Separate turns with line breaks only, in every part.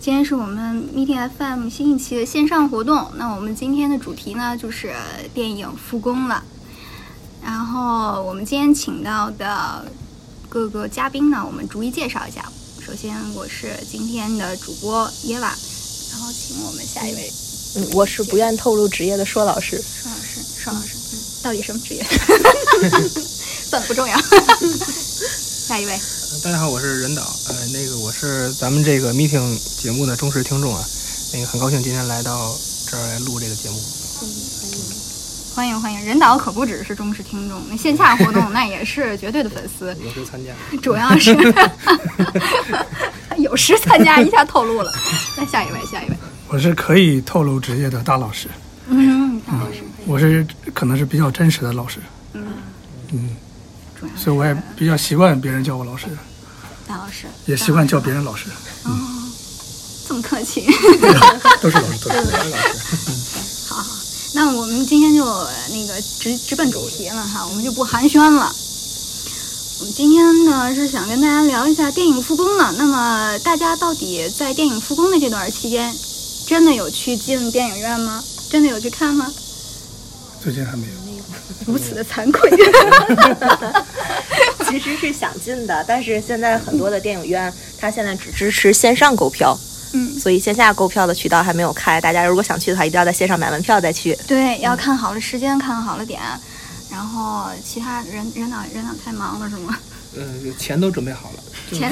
今天是我们 Meeting FM 新一期的线上活动。那我们今天的主题呢，就是呃电影《复工》了。然后呃我们今天请到的各个嘉宾呢，我们逐一介绍一下。首先，我是今天的主播耶瓦，然后请我们下一位
嗯，我是不愿透露职业的说老师。
双老师，双老师，到底什么职业？ 算了，不重要。下一位，
大家好，我是任导，呃，那个我是咱们这个 meeting 节目的忠实听众啊，那个很高兴今天来到这儿来录这个节目。
欢迎欢迎，人导可不只是忠实听众，那线下活动那也是绝对的粉丝，
有时参加，
主要是 有时参加一下透露了。那下一位，下一位，
我是可以透露职业的大老师，
嗯，大老师，
我是可能是比较真实的老师，
主要
所以我也比较习惯别人叫我老师，
大老师
也习惯叫别人老师，
这么客气。
都是老师，都是老师。
好，好，那我们今天就呃那个直直奔主题了哈，我们就不寒暄了。我们今天呢是想跟大家聊一下电影复工呢。那么大家到底在电影复工的这段期间，真的有去进电影院吗？真的有去看吗？
最近还没有，
如此的惭 愧。
其实是想进的，但是现在很多的电影院，它现在只支持线上购票，
嗯，
所以线下购票的渠道还没有开。大家如果想去的话，一定要在线上买门票再去。
对，要看好了时间，看好了点。然后其他人人脑人脑太忙了是吗？
呃，钱都准备好了，就
钱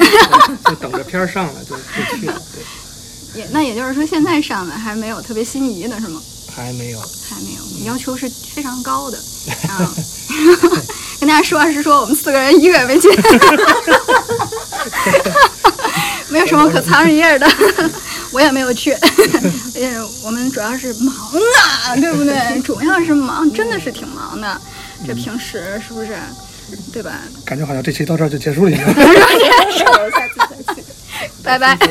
就等着片儿上了就就去了，对，
也那也就是说现在上的还没有特别心仪的是吗？
还没有，
还没有，要求是非常高的。啊， 跟大家说是说我们四个人一个也没进，没有什么可藏着掖着的，我也没有去。 呃，我们主要是忙啊，对不对？主要是忙，真的是挺忙的。这平时是不是？对吧？
感觉好像这期到这儿就结束了一样。
拜拜。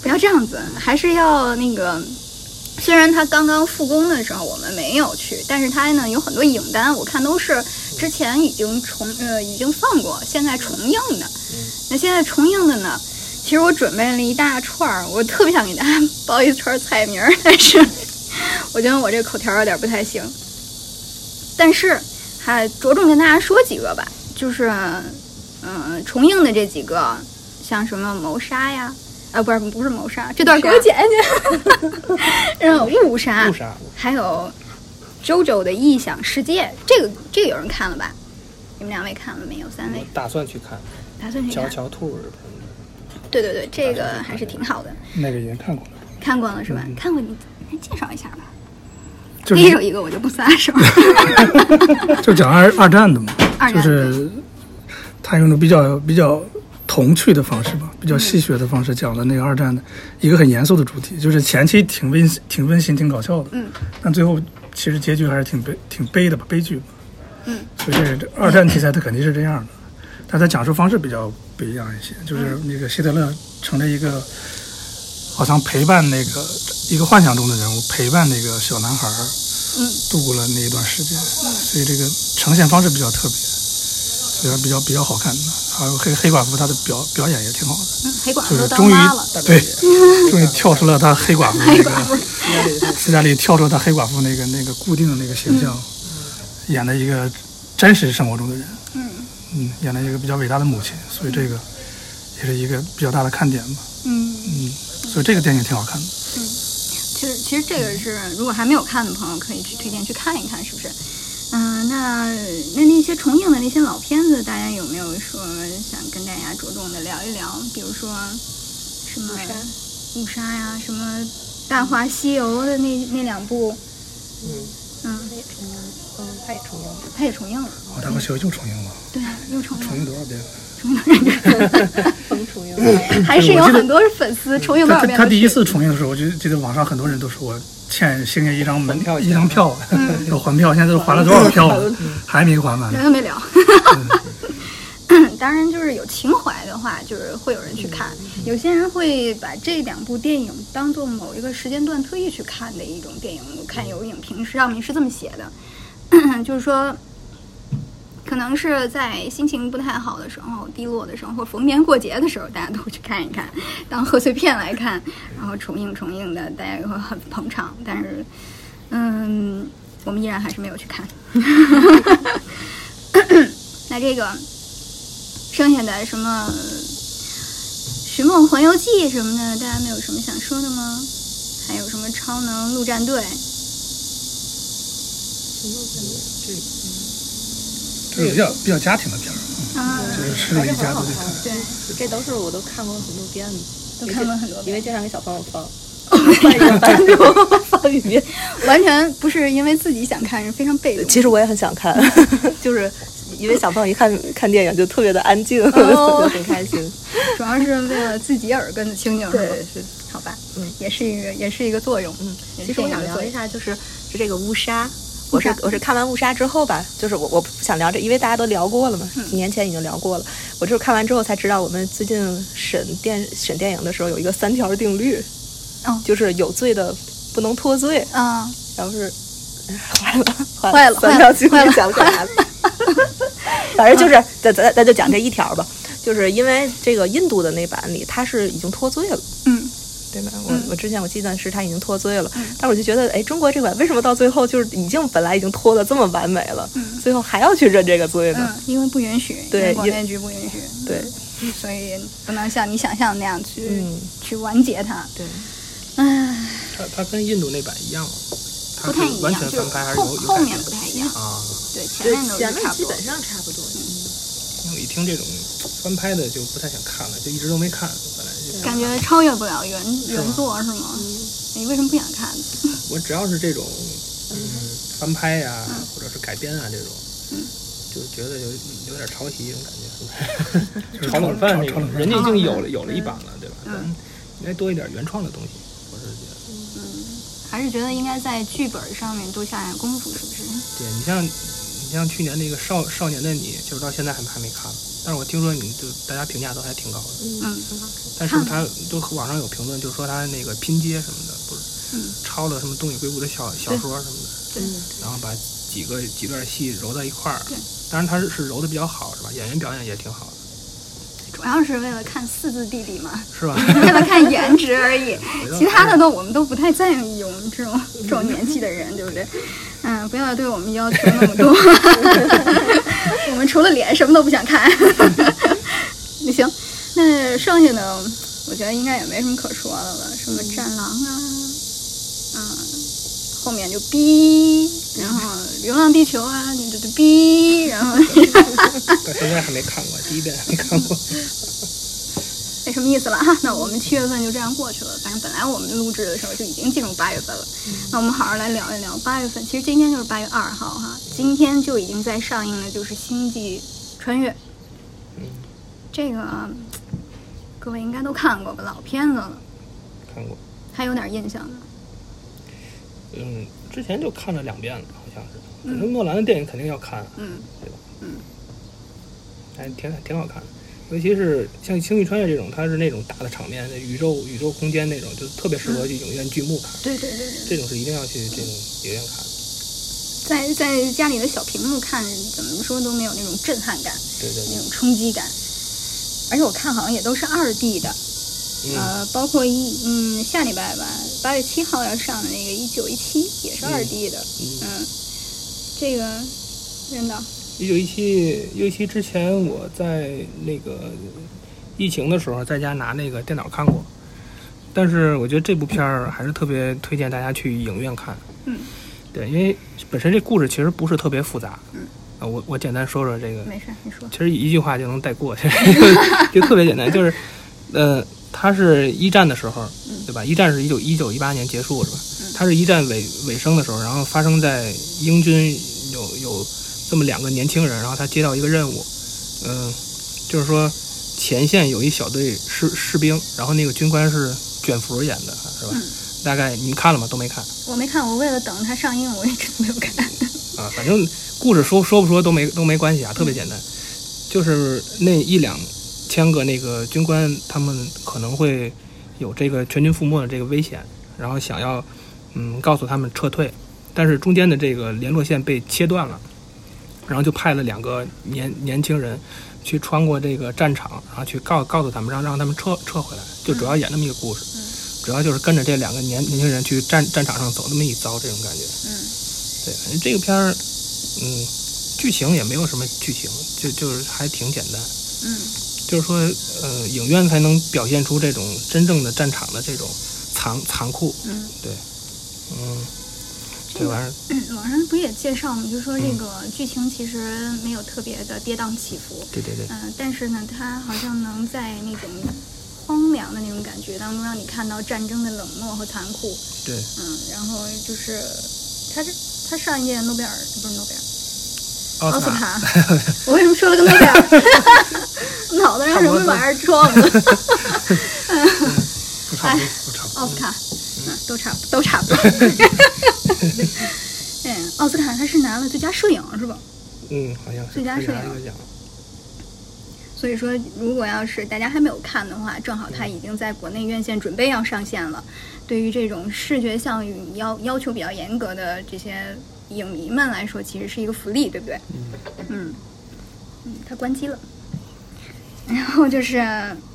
不要这样子，还是要那个。虽然他刚刚复工的时候我们没有去，但是他呢有很多影单，我看都是之前已经重呃已经放过，现在重映的。那现在重映的呢，其实我准备了一大串儿，我特别想给大家 报一串儿菜名儿，但是我觉得我这口条有点不太行。但是还着重跟大家说几个吧，就是嗯重映的这几个，像什么谋杀呀，啊不是不是谋杀，这段给我剪去， 然后误 杀，
不杀，
还有 JoJo 的《异想世界》，这个这个有人看了吧？你们两位看了没有？三位
嗯
我打算去看
打算去
乔
看？
乔兔儿什么的，
对对对，这个还是挺好的，
那个也看过了，
看过了是吧？看过你来介绍一下吧。
嗯就
第一手
是
一个我就不撒 手。嗯
就讲二二战的嘛
二，
就
战
是他用的比较比较童趣的方式吧，比较
嗯
戏谑的方式讲了那个二战的一个很严肃的主题，就是前期挺温挺温馨、挺搞笑的，
嗯，
但最后其实结局还是挺悲、挺悲的吧，悲剧吧。
嗯，
所以这这二战题材它肯定是这样的，但它讲述方式比较不一样一些。就是
嗯
那个希特勒成了一个好像陪伴那个一个幻想中的人物，陪伴那个小男孩，
嗯，
度过了那一段时间，所以这个呈现方式比较特别，所以还比较比较好看的。还有黑黑寡妇她的表表演也挺好的，
嗯黑寡
就
妇
是
都
终
当
于
妈了，
对， 终于跳出了她黑寡妇那个。
那这个
斯嘉丽跳出她黑寡妇那个那个固定的那个形象，演了一个真实生活中的人，
嗯
嗯，演了一个比较伟大的母亲，所以这个也是一个比较大的看点吧，
嗯，
嗯，所以这个电影挺好看的，
其实其实这个是如果还没有看的朋友可以去推荐去看一看，是不是？嗯、那那那些重映的那些老片子，大家有没有说想跟大家着重的聊一聊？比如说什么误杀呀，什么《大话西游》的那那两部，嗯嗯，它也重映了，
哦，大话西游又重映了，
对啊，又重映了
重映多少遍？
还是有很多粉丝重映多少
他
遍
他
都
第
去？
一次重映的时候，我就记得网上很多人都说我欠星爷一张门
还票
一张票，
嗯
要还票，现在都还了多少票了，嗯还没还完呢。
聊都没聊。 当然，就是有情怀的话，就是会有人去看。有些人会把这两部电影当做某一个时间段特意去看的一种 电影。我看有影评是上面是这么写的，就是说，可能是在心情不太好的时候、低落的时候，或逢年过节的时候，大家都会去看一看，当贺岁片来看，然后重映重映的，大家也会很捧场。但是，嗯，我们依然还是没有去看。 那这个剩下的什么《寻梦环游记》什么的，大家没有什么想说的吗？还有什么《超能陆战队》？
就是比较比较家庭的片儿，
啊，
就是吃了一家都得看。
对，
这都是我都看过很多遍的，
都看过很多遍
因为经常给小朋友 放，换一个版主放一遍。
完全不是因为自己想看，是非常被动。
其实我也很想看， 就是因为小朋友一看看电影就特别的安静，
哦
就很开心。
主要是为了自己耳根子清净，是吧？
是。
好吧，
嗯，
也是一个，也是一个作用。嗯，
其实我想聊一
下，
下，就是就这个乌纱。我是
乌纱
我是看完乌纱之后吧，就是我我不想聊这，因为大家都聊过了嘛，
嗯
几年前已经聊过了。我就是看完之后才知道，我们最近审电审电影的时候有一个三条定律，
哦
就是有罪的不能脱罪，
嗯，
然后是 坏了
坏了
三
坏
条
了
定
坏
律
了嗯
讲不讲完了？ 反正就是咱咱咱就讲这一条吧，就是因为这个印度的那版里，它是已经脱罪了。
嗯，
对吧？
嗯
我我之前我记得是他已经脱罪了，
嗯
但我就觉得，哎，中国这版为什么到最后就是已经本来已经脱的这么完美了，
嗯
最后还要去认这个罪呢？
嗯，因为不允许，
对
因为广
因
电局不允许，
对，
所以不能像你想象的那样去、
嗯
去完结它。
对，
唉，
它它跟印度那版一样吗？它
不太
是
一
完
样，
全
就是
翻开还是
后
有有
后
改
面
变
不太一样，
啊？
对，前面都是差不多。
上差不多。
因为我一听这种翻拍的就不太想看了，就一直都没看。本来就
感觉超越不了原原
吗
作是吗？你为什么不想看呢？
我只要是这种嗯翻拍呀、或者是改编啊这种，就觉得有有点抄袭这种感觉，是不？
就是是
炒冷饭那
炒
种
炒冷，饭
人家已经有了有了一版了，对吧？咱们应该多一点原创的东西，我是觉得。
还是觉得应该在剧本上面多下点功夫，是不是？
对你像你像去年那个少少年的你，就是到现在还还没看，但是我听说你就大家评价都还挺高的。
嗯，
但是他都网上有评论，就说他那个拼接什么的，不是、
嗯
抄了什么东野圭吾的小小说什么的，
对
嗯
然后把几个几段戏揉到一块儿
对。
当然他是揉的比较好，是吧？演员表演也挺好的，
主要是为了看四字弟弟嘛，
是吧？
为了看颜值而已，
回到
其 他的呢我们都不太在意。我们这种这种年纪的人，对不对？嗯，不要对我们要求那么多， 我们除了脸什么都不想看。 那行，那剩下的我觉得应该也没什么可说的了，什么战狼啊，嗯，后面就逼，然后流浪地球啊，就就逼，然后
到现在还没看过，第一遍还没看过。
没什么意思了哈。 那我们七月份就这样过去了，反正本来我们录制的时候就已经进入八月份了。那我们好好来聊一聊八月份。其实今天就是八月二号哈，今天就已经在上映了，就是《星际穿越》。这个嗯各位应该都看过吧，老片子了，
看过，
还有点印象呢。
嗯，之前就看了两遍了，好像是。反正诺兰的电影肯定要看，
嗯
还挺挺好看的。尤其是像《星际穿越》这种，它是那种大的场面、宇宙宇宙空间那种，就特别适合去影院剧目看。
对对对对，
这种是一定要去这种影院看的。
在在家里的小屏幕看，怎么说都没有那种震撼感，
对对
那
对，
种冲击感。而且我看好像也都是二 D 的，
嗯，
呃，包括一嗯下礼拜吧，八月七号要上的那个一九一七也是二 D 的，
嗯
嗯，这个真的，
一九一七一九一七之前，我在那个疫情的时候在家拿那个电脑看过，但是我觉得这部片儿还是特别推荐大家去影院看。
嗯，
对，因为本身这故事其实不是特别复杂。
嗯，
啊，我我简单说说这个
没事，你说，
其实一句话就能带过去， 就特别简单，就是，呃，他是一战的时候，对吧？一战是一九一九一八年结束是吧？他是一战尾尾声的时候，然后发生在英军有有这么两个年轻人，然后他接到一个任务，嗯、就是说前线有一小队士士兵，然后那个军官是卷福演的，是吧？大概你们看了吗？都没看
我没看，我为了等它上映，我一直没有看，
啊，反正故事说说不说都没都没关系啊，特别简单，就是那一两千个那个军官，他们可能会有这个全军覆没的这个危险，然后想要嗯告诉他们撤退，但是中间的这个联络线被切断了，然后就派了两个年年轻人去穿过这个战场，然后去告告诉他们，让让他们撤撤回来，就主要演那么一个故事，主要就是跟着这两个年年轻人去战战场上走那么一遭，这种感觉。
嗯
对，反正这个片儿，嗯，剧情也没有什么剧情，就就是还挺简单。
嗯
就是说，呃，影院才能表现出这种真正的战场的这种残残酷。
嗯，
对，嗯，
这
这
个
玩意儿，
嗯， 网上不也介绍吗？就说这个剧情其实没有特别的跌宕起伏，
对对对，
嗯、但是呢，它好像能在那种荒凉的那种感觉当中，让你看到战争的冷漠和残酷。
对，
嗯，然后就是他这他上一届诺贝尔不是诺贝尔，
奥
奥
斯
斯卡，我为什么说了个诺贝尔？ 脑子让什么玩意儿撞了？
不差不多，不差不多。
奥斯卡，嗯，都差不都 差不多。嗯，奥斯卡他是拿了最佳摄影是吧？
嗯，好像是
最佳
最佳
摄影
一个奖。
所以说，如果要是大家还没有看的话，正好它已经在国内院线准备要上线了。对于这种视觉效应要要求比较严格的这些影迷们来说，其实是一个福利，对不对？嗯嗯它关机了。 然后就是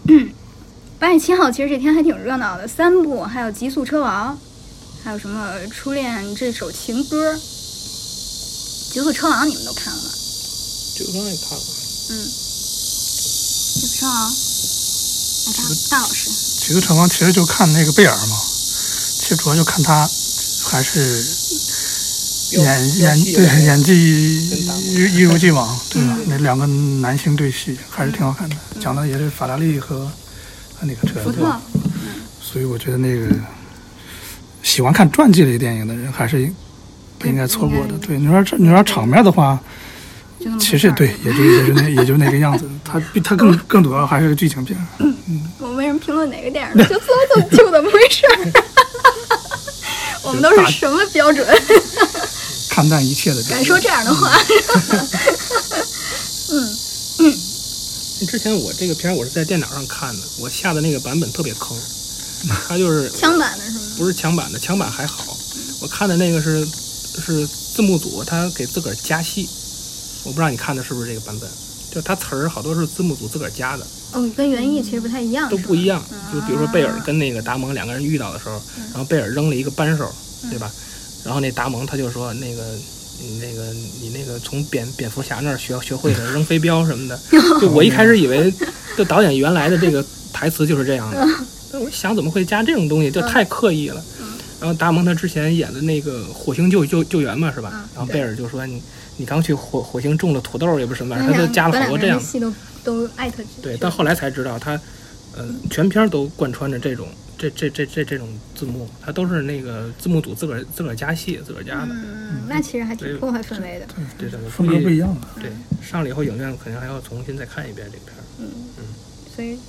八月七号，其实这天还挺热闹的，三部，还有《极速车王》，还有什么《初恋这首情歌》。《极速车王》你们都看了吗？
这个刚也看了，
嗯，也不知道啊。来看大老师，
其实成王其实就看那个贝尔嘛，其实主要就看他还是演演对演技
跟大
一一如既往，对吧？那两个男星对戏还是挺好看的，讲的也是法拉利和和那个车，
福
对
特
吧？，所以我觉得那个喜欢看传记类电影的人还是不应该错过的。对，你说这你说场面的话，
就那么回
其
事
实
儿
对，也就也就那也就那个样子。它它更更主要还是个剧情片。
我为什么评论哪个电影？就这么这么就怎么回事儿？ 我们都是什么标准？
看淡一切的电
敢
影。
说这样的话？嗯
之前我这个片儿我是在电脑上看的，我下的那个版本特别坑，它就是
枪版的是吗？
不是强版的，强版还好，我看的那个是是字幕组他给自个儿加戏，我不知道你看的是不是这个版本，就它词儿好多是字幕组自个儿加的，
哦，跟原意其实不太一样，
都
是吧
不一样。就比如说贝尔
啊
跟那个达蒙两个人遇到的时候，
嗯
然后贝尔扔了一个扳手，对吧？然后那达蒙他就说那个。你那个，你那个从蝙蝙蝠侠那儿学学会的扔飞镖什 么的，就我一开始以为，就导演原来的这个台词就是这样的，
嗯
但我想怎么会加这种东西，就太刻意了。然后达蒙他之前演的那个《火星救救救援》嘛，是吧？
嗯
然后贝尔就说你你刚去火火星种了土豆儿也不是什么玩意
咱
儿，
俩
他就加了好多这样
咱俩那
的。
戏都都艾特
对，但后来才知道他，呃，全片儿都贯穿着这种这这这这这种字幕，他都是那个字幕组自个儿自个儿加戏自个儿加的，
嗯，那其实还挺破坏氛围的。
对对，我
风格
估计
不一样啊了。
对，上了以后影院肯定还要重新再看一遍这个片儿，
嗯所以，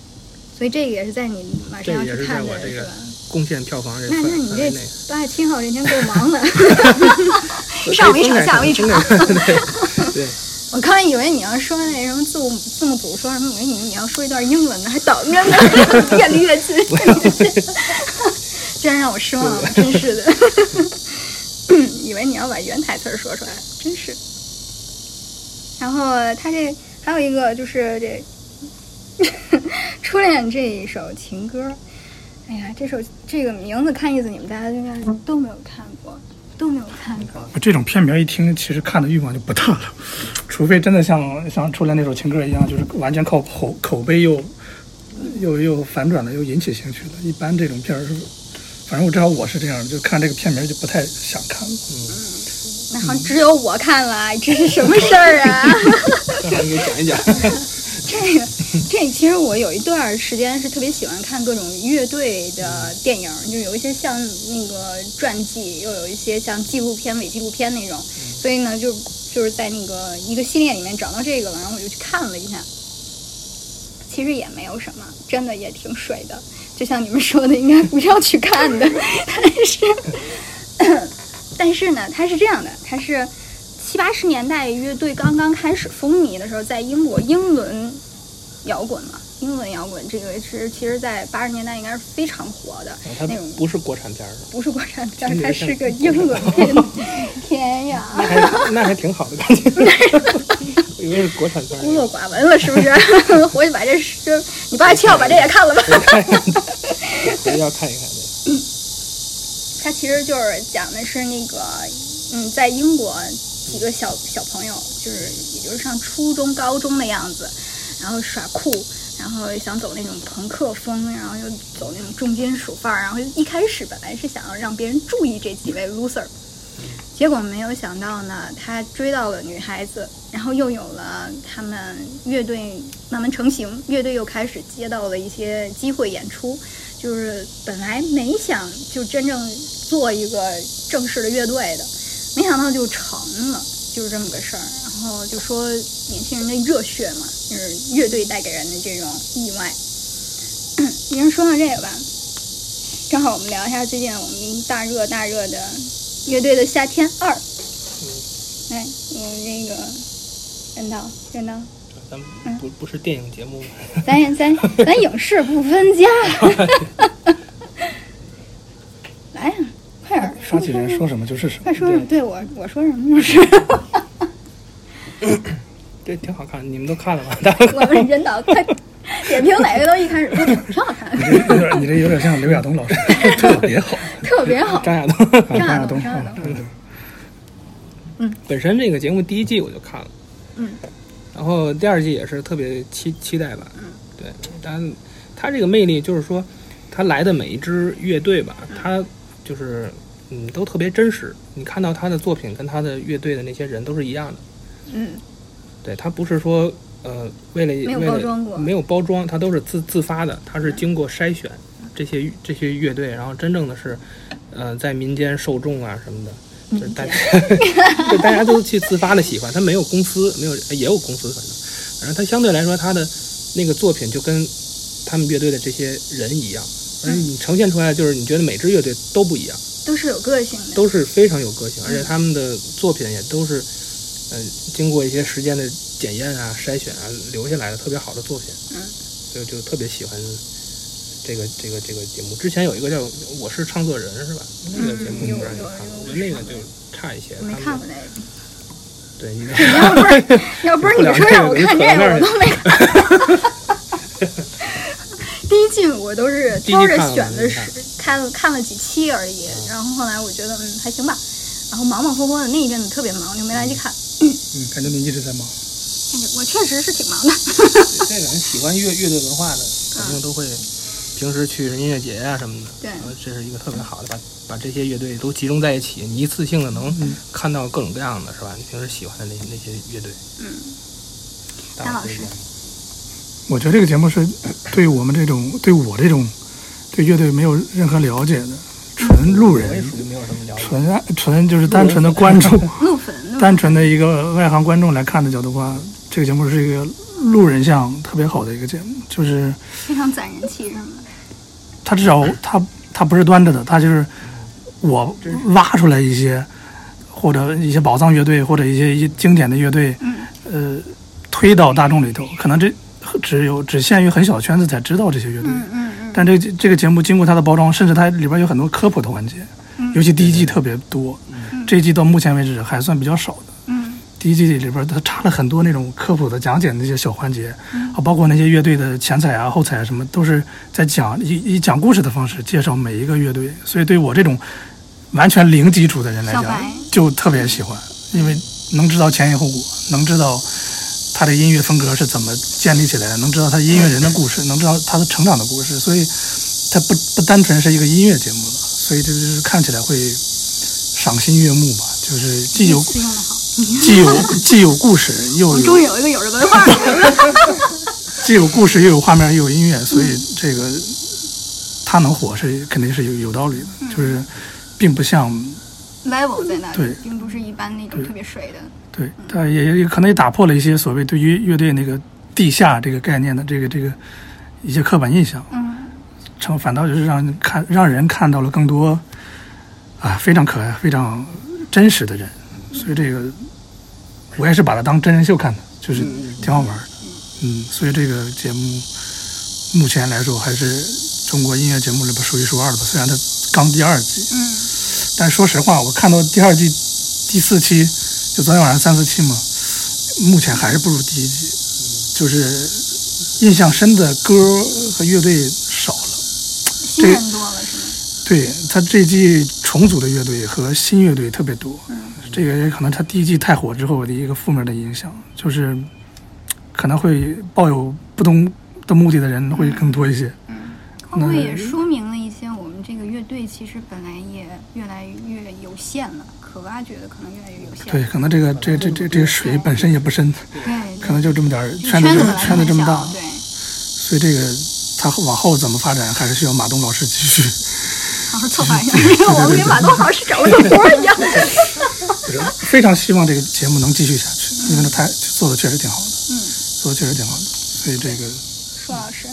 所以这个也是在你马上
这
要
个也
去
是
看
在
的
我这
是
个
吧？
贡献票房这
那
范
那你
范围
这
内。
八月七号这天够忙的，
所以
上午一场
分开
下午一
看分 开看对 对，
我刚才以为你要说那什么字母字母组说什么，我以为你你要说一段英文呢，还等着呢， 越离越近，居然让我失望了，真是的， 以为你要把原台词儿说出来，真是。然后他这还有一个就是这 初恋这一首情歌，哎呀，这首这个名字看意思，你们大家应该都没有看过，都没有看过。
这种片名一听，其实看的欲望就不大了， 除非真的像像出来那首情歌一样，就是完全靠口口碑又又又反转了，又引起兴趣了。一般这种片儿是，反正我至少我是这样的，就看这个片名就不太想看了。
那好像只有我看了，这是什么事儿啊？
正好你给讲一讲。
这个，这其实我有一段儿时间是特别喜欢看各种乐队的电影儿，就有一些像那个传记，又有一些像纪录片、伪纪录片那种。所以呢，就就是在那个一个系列里面找到这个了，然后我就去看了一下。其实也没有什么，真的也挺水的，就像你们说的，应该不要去看的。 但是，但是呢，它是这样的，它是七八十年代乐队刚刚开始风靡的时候，在英国英伦摇滚嘛，英文摇滚这个是其实，在八十年代应该是非常火的
啊它
那种，
不是国产片儿的，
不是国产片儿，
真的
它
是
是个英文片。天呀，
那还那还挺好的感 觉，我以为是国产片
孤
儿。
陋寡闻了是不 是？回去把这这，你爸去要把这也看了吧。
对，要看一看这
它其实就是讲的是那个，嗯，在英国几个小小朋友，就是也就是上初中、高中的样子，然后耍酷，然后想走那种朋克风，然后又走那种重金属范儿，然后一开始本来是想要让别人注意这几位 loser，结果没有想到呢，他追到了女孩子，然后又有了他们乐队慢慢成型，乐队又开始接到了一些机会演出，就是本来没想就真正做一个正式的乐队的，没想到就成了，就是这么个事儿。然后就说年轻人的热血嘛，就是乐队带给人的这种意外。 您说到这个吧，正好我们聊一下最近我们大热大热的《乐队的夏天二》。来，我们那个任导，任导，
个，咱
嗯
们不不是电影节目吗？
咱也咱咱影视不分家。来呀，快点儿
发
说
起
说
人
说，
说什么就是什么
快。说说，对我我说什么就是。
这挺好看，你们都看了吗？大
我们任导快点评哪个都一开始说挺上看，
你这有点，你这有点像刘亚东老师， 特别好。
特别好。
张亚东。
张
亚
亚
东
东，
张亚
嗯
东
对对，
本身这个节目第一季我就看了，
嗯，
然后第二季也是特别期期待吧，嗯，对，但它这个魅力就是说，它来的每一支乐队吧，它就是嗯都特别真实，你看到他的作品跟他的乐队的那些人都是一样的，
嗯，
对，它不是说呃为了
没有
为了
包装过
没有包装，它都是自自发的，它是经过筛选
嗯
这些这些乐队，然后真正的是呃在民间受众啊什么的。就是大家，就大家 都去自发的喜欢，它没有公司，没有也有公司，反正，反正它相对来说，它的那个作品就跟他们乐队的这些人一样，而
嗯
你呈现出来就是你觉得每支乐队都不一样，
都是有个性的。
都是非常有个
嗯
性，而且他们的作品也都是，呃，经过一些时间的检验啊、筛选啊，留下来的特别好的作品。
嗯，
就就特别喜欢这个这个这个节目。之前有一个叫《我是唱作人》是吧？那个节目
嗯有
不让你
有
看过，
有
我觉得那个就差一些。
我没
他
看过
们
那个，
对，你
要不是 要不是你说让我看这个，我都没看。 第一季我都是挑着选的是看了看了几期而已，然后后来我觉得嗯还行吧，然后忙忙活活的那一阵子特别忙，就没来得及看。
嗯，感觉你一直在忙。
但是我确实是挺忙的，
这个人喜欢乐乐队文化的，肯定都会平时去音乐节啊什么的。
对
然后这是一个特别好的，把把这些乐队都集中在一起，你一次性的能看到各种各样的，是吧？你平时喜欢的那那些乐队。
嗯。
大
老
推
师
荐
我觉得这个节目是对我们这种对我这种对乐队没有任何了解的纯路
我也
人，
属于没有什么了解。
纯爱纯就是单纯的关注，
怒粉怒粉
单纯的一个外行观众来看的角度的话，这个节目是一个路人向特别好的一个节目，就是
非常攒人气是吗？
它至少它它不是端着的，它就是我挖出来一些或者一些宝藏乐队或者一些一些经典的乐队，
嗯
呃，推到大众里头，可能这只有只限于很小圈子才知道这些乐队。
嗯嗯嗯，
但这个这个节目经过它的包装，甚至它里边有很多科普的环节，
嗯
尤其第一季特别多，这一季到目前为止还算比较少的。
嗯
第一季里边它插了很多那种科普的讲解的那些小环节，
嗯
啊，包括那些乐队的前彩啊、后彩啊什么，都是在讲以以讲故事的方式介绍每一个乐队，所以对我这种完全零基础的人来讲
小白，
就特别喜欢，因为能知道前因后果，能知道他的音乐风格是怎么建立起来的，能知道他音乐人 的故事，能知道他的成长的故事，所以它不不单纯是一个音乐节目了，所以这就是看起来会赏心悦目吧，就是既有
词用的好，
既有既有故事，又
我终
有
于有一个有着文化的人了。
既有故事又有画面又有音乐，所以这个它能火是肯定是有有道理的，就是并不像
level 在那
对
里，并不是一般那种特别水的。
对，但也也可能也打破了一些所谓对于乐队那个地下这个概念的这个这个一些刻板印象，
嗯，
成反倒就是让人看让人看到了更多啊非常可爱非常真实的人，所以这个我也是把它当真人秀看的，就是挺好玩儿的，嗯，所以这个节目目前来说还是中国音乐节目里边数一数二的吧。虽然它刚第二季，
嗯
但说实话，我看到第二季第四期，就昨天晚上三四期嘛，目前还是不如第一季，就是印象深的歌和乐队少了。
新人多了是吗？
对他这季重组的乐队和新乐队特别多，
嗯
这个也可能他第一季太火之后的一个负面的影响，就是可能会抱有不同的目的的人会更多一些。
会不会
嗯
也说明了一些我们这个乐队其实本来也越来越有限了，可挖掘的可能越来越有限。
对，可能这个这这这这个水本身也不深，
对，
可能就这么点儿，
对
圈子
圈
这
本
么
来
圈
就
子这
很
么
小
大，
对，
所以这个他往后怎么发展，还是需要马东老师继续。
好好策划一下，因为我们给马东老师找了个活儿一样。
非常希望这个节目能继续下去，因为他太做的确实挺好的，
嗯，
做的确实挺好的，所以这个
舒老师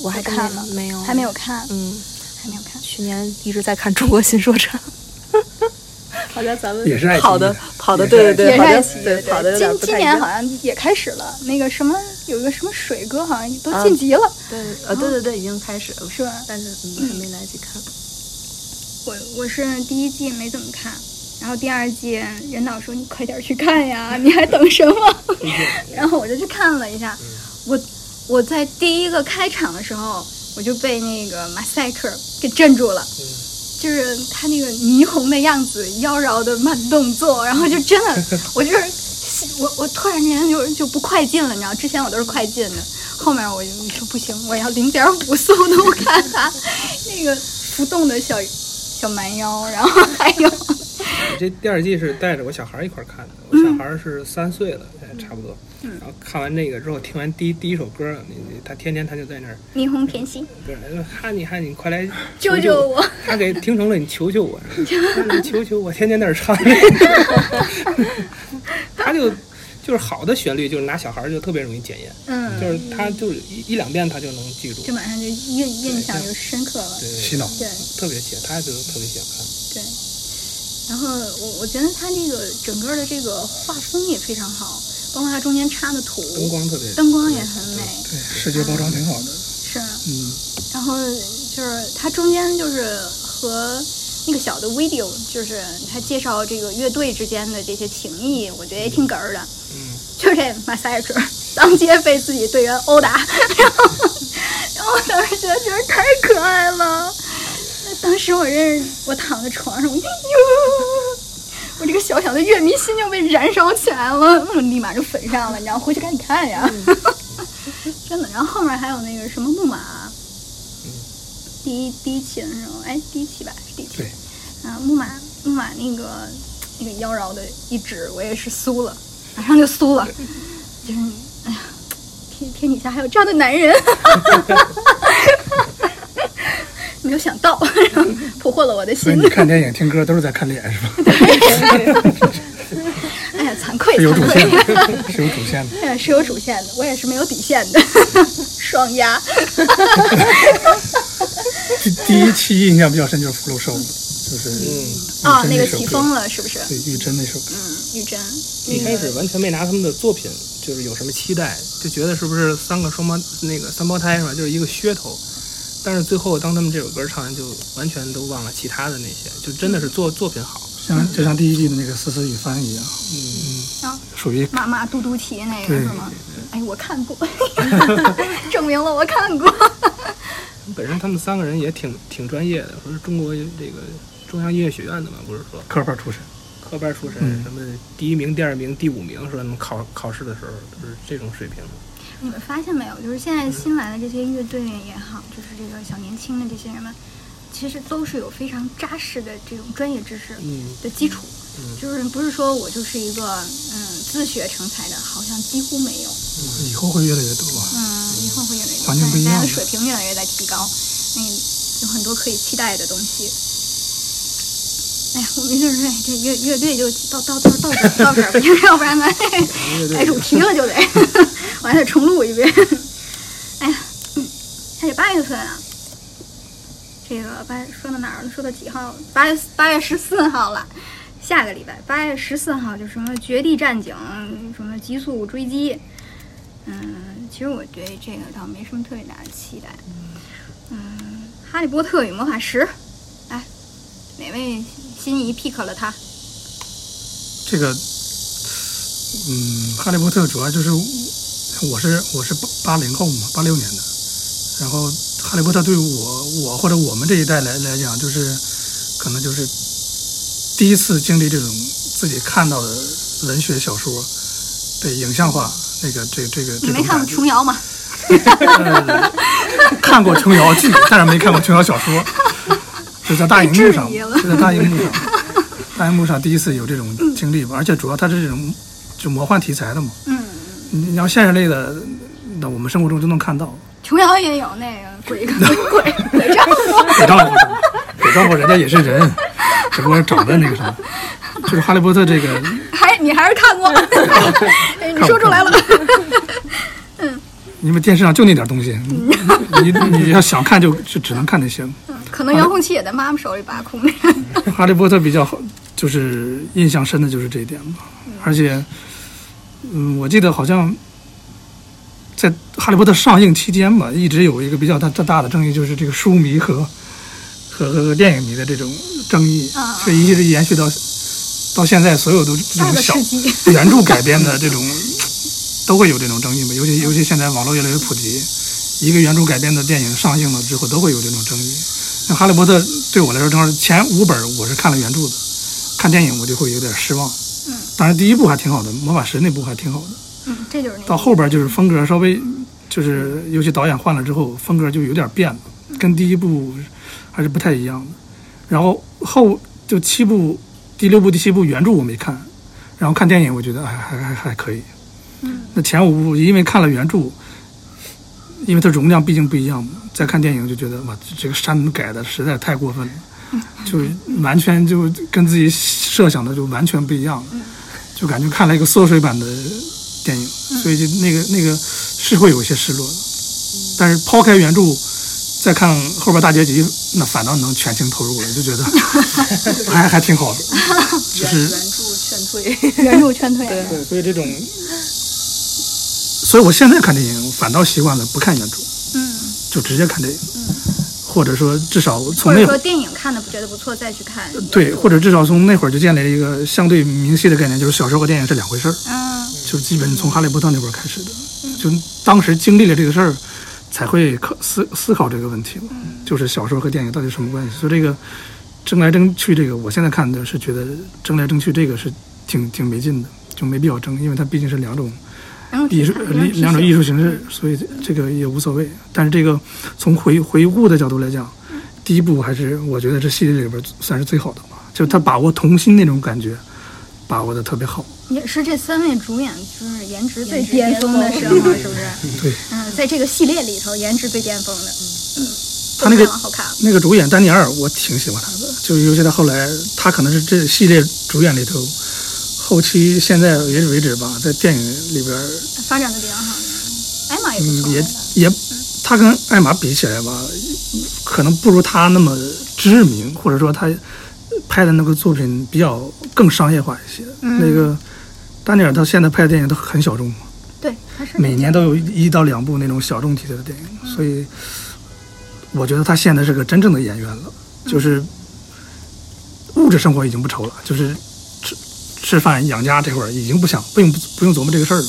我还真
看了
没没有，
还没有看，
嗯，
还没有看。
去年一直在看《中国新说唱》。 好像咱们
也是爱奇艺的
跑的跑的，
也是
对对
也
对，
是
好
爱
像
奇艺
对跑的有点
今
不太
今
一
年
样
好像也开始了，那个什么有一个什么水哥好像
啊
都晋级了，
对呃对
嗯
对对，已经开始了，
是吧？
但是嗯还没来得及看。
我我是第一季没怎么看，然后第二季人导说你快点去看呀，你还等什么？然后我就去看了一下，我我在第一个开场的时候，我就被那个马赛克给镇住了。就是他那个霓虹的样子，妖娆的慢动作，然后就真的，我就是我我突然间就就不快进了，你知道，之前我都是快进的，后面我就说不行，我要零点五速度看他那个浮动的小小蛮腰，然后还有
我这第二季是带着我小孩儿一块儿看的，我小孩儿是三岁了，哎差不多。然后看完那个之后，听完第一第一首歌，那那他天天他就在那儿，
霓虹甜心
不是哈你哈你，快来
救救
救
我！
他给听成了你求求我， 哈你求求我，天天在那儿唱。他就就是好的旋律，就是拿小孩儿就特别容易检验，就
嗯，
是他就是一一两遍他就能记住
就，马上就印印象就深刻了
对，，
洗脑。
对。
特别喜欢，他就特别喜欢看。
对，然后我我觉得他这个整个的这个画风也非常好，包括他中间插的图，
灯光特别，
灯光也很美，
对，视觉包装挺好的，
是。
嗯，
然后就是他中间就是和那个小的 video，就是他介绍这个乐队之间的这些情谊，我觉得也挺哏儿的。
嗯，
就这马赛克当街被自己队员殴打， 然后然后我当时觉得真是太可爱了。那当时我认识我躺在床上，我就哟，我这个小小的乐迷心就被燃烧起来了，我立马就粉上了，你知道，回去赶紧看呀， 真的。然后后面还有那个什么木马，
嗯
第一第一期的时候，哎，第一期吧，是第一期
对，
啊，木马木马那个那个妖娆的一指，我也是酥了，马上就酥了，就是哎呀，天天底下还有这样的男 人，没有想到， 然后俘获了我的
所以
心
你，看电影、听歌都是在看脸是吧？
哎呀，惭愧
是有
惭
主
愧
线，的，是有主线的。
哎呀，是有主线的，我也是没有底线的， 双压，
第第一期印象比较深就是《福禄寿》，就是
嗯
啊，那
玉珍
个
首
起
歌
风了是不是？
对玉珍那首歌，
嗯，玉珍，
一开始完全没拿他们的作品就是有什么期待，就觉得是不是三个双胞那个三胞胎是吧，就是一个噱头。但是最后当他们这首歌唱完，就完全都忘了其他的那些，就真的是作作品好。
像就像第一季的那个《思思与帆》一样，
啊
嗯，属于
妈妈嘟嘟骑那个
对
是吗？哎，我看过， 证明了我看过。
本身他们三个人也挺挺专业的，不是中国这个中央音乐学院的嘛，不是说
科班出身。
科班出身，
嗯
什么第一名、第二名、第五名，说他们考考试的时候都是这种水平。
你们发现没有？就是现在新来的这些乐队也好，就是这个小年轻的这些人们，其实都是有非常扎实的这种专业知识
嗯，
的基础，就是不是说我就是一个嗯自学成才的，好像几乎没有。
嗯以后会越来越多吧？
嗯，以后会越来越多，
环境不一样
大家
了
的水平越来越在提高，嗯，有很多可以期待的东西。哎呀，我们就是这乐乐队就到到到到这儿到这儿吧，要不然咱哎改主题了就得， 我还得重录一遍。哎呀，嗯还得八月份啊，这个八说到哪儿了？说到几号了？八月八月十四号了。下个礼拜八月十四号就什么《绝地战警》，什么《极速追击》，嗯、嗯，其实我对这个倒没什么特别大的期待。嗯，《哈利波特与魔法石》，哎，哪位心仪 pick 了它？
这个，嗯，哈利波特主要就是我是我是八八零后嘛，八六年的，然后哈利波特对我我或者我们这一代来来讲，就是可能就是第一次经历这种自己看到的文学小说被影像化，那个这这个这
你
种
没看过
感觉
琼瑶吗？
看过琼瑶剧，但是没看过琼瑶小 说，就在大荧幕上
被质疑了，
就在大荧幕上，大荧幕上第一次有这种经历吧，而且主要它是这种就魔幻题材的嘛，
嗯，
你你要现实类的，那我们生活中就能看到，
琼瑶也有那个鬼跟鬼鬼丈夫。
给丈夫，给丈夫人家也是 人，只不过长得那个什么，就是哈利波特这个
还你还是看过，哎你说出来了。
因为电视上就那点东西，你你要想看就就只能看那些。
可能遥控器也在妈妈手里把控着。
哈利波特比较好，就是印象深的就是这一点吧。而且，嗯，我记得好像在《哈利波特》上映期间吧，一直有一个比较大大的争议，就是这个书迷和和和和电影迷的这种争议
啊啊，
所以一直延续到到现在，所有都这
大
种
的
小
世纪，
原著改编的这种都会有这种争议吧。尤其尤其现在网络越来越普及，一个原著改编的电影上映了之后，都会有这种争议。那《哈利波特》对我来说，正好是前五本我是看了原著的，看电影我就会有点失望。
嗯，
当然第一部还挺好的，魔法石那部还挺好的。
嗯，这就是那
到后边就是风格稍微就是，尤其导演换了之后，风格就有点变了，跟第一部还是不太一样的。然后后就七部、第六部、第七部原著我没看，然后看电影我觉得哎还还还可以。
嗯，
那前五部因为看了原著，因为它容量毕竟不一样嘛，再看电影就觉得哇，这个删改的实在太过分了，就完全就跟自己设想的就完全不一样了，就感觉看了一个缩水版的电影，所以就那个那个是会有一些失落的。
嗯
但是抛开原著，再看后边大结局，那反倒能全情投入了，就 觉得还还挺好的，就是
原著劝退，
原著劝退。
对，所以这种
所以我现在看电影反倒习惯了不看原著，
嗯，
就直接看电影，或者说至少
或
从
者
那
说
会呃
电影看的不觉得不错，再去看。
对，或者至少从那会儿就建立了一个相对明晰的概念，就是小说和电影是两回事儿，
嗯
就基本从《哈利波特》那会儿开始的，就当时经历了这个事儿，才会考思思考这个问题嘛，就是小说和电影到底什么关系？所以这个争来争去，这个我现在看的是觉得争来争去这个是挺挺没劲的，就没必要争，因为它毕竟是两种
然后
艺术呃两两种艺
术。
术形式，所以这个也无所谓。但是这个从回回顾的角度来讲，第一部还是我觉得这系列里边算是最好的吧，就他把握童心那种感觉，把握的特别好。
也是这三位主演就是颜值最
颜值
巅峰的时候， 是不是？
对，
嗯，在这个系列里头，颜值最巅峰的。嗯，
他那个
都非常好看。
那个主演丹尼尔，我挺喜欢他的，就是尤其他后来，他可能是这系列主演里头，后期现在为止为止吧，在电影里边
发展的比较好的。艾玛也不错
嗯，，也也，他跟艾玛比起来吧，可能不如嗯他那么知名，或者说他拍的那个作品比较更商业化一些。那个丹尼尔他现在拍的电影都很小众嘛，
对，他是
每年都有一到两部那种小众题材的电影，所以我觉得他现在是个真正的演员了，就是物质生活已经不愁了，就是吃吃饭养家这会儿已经不想不用不用琢磨这个事儿了。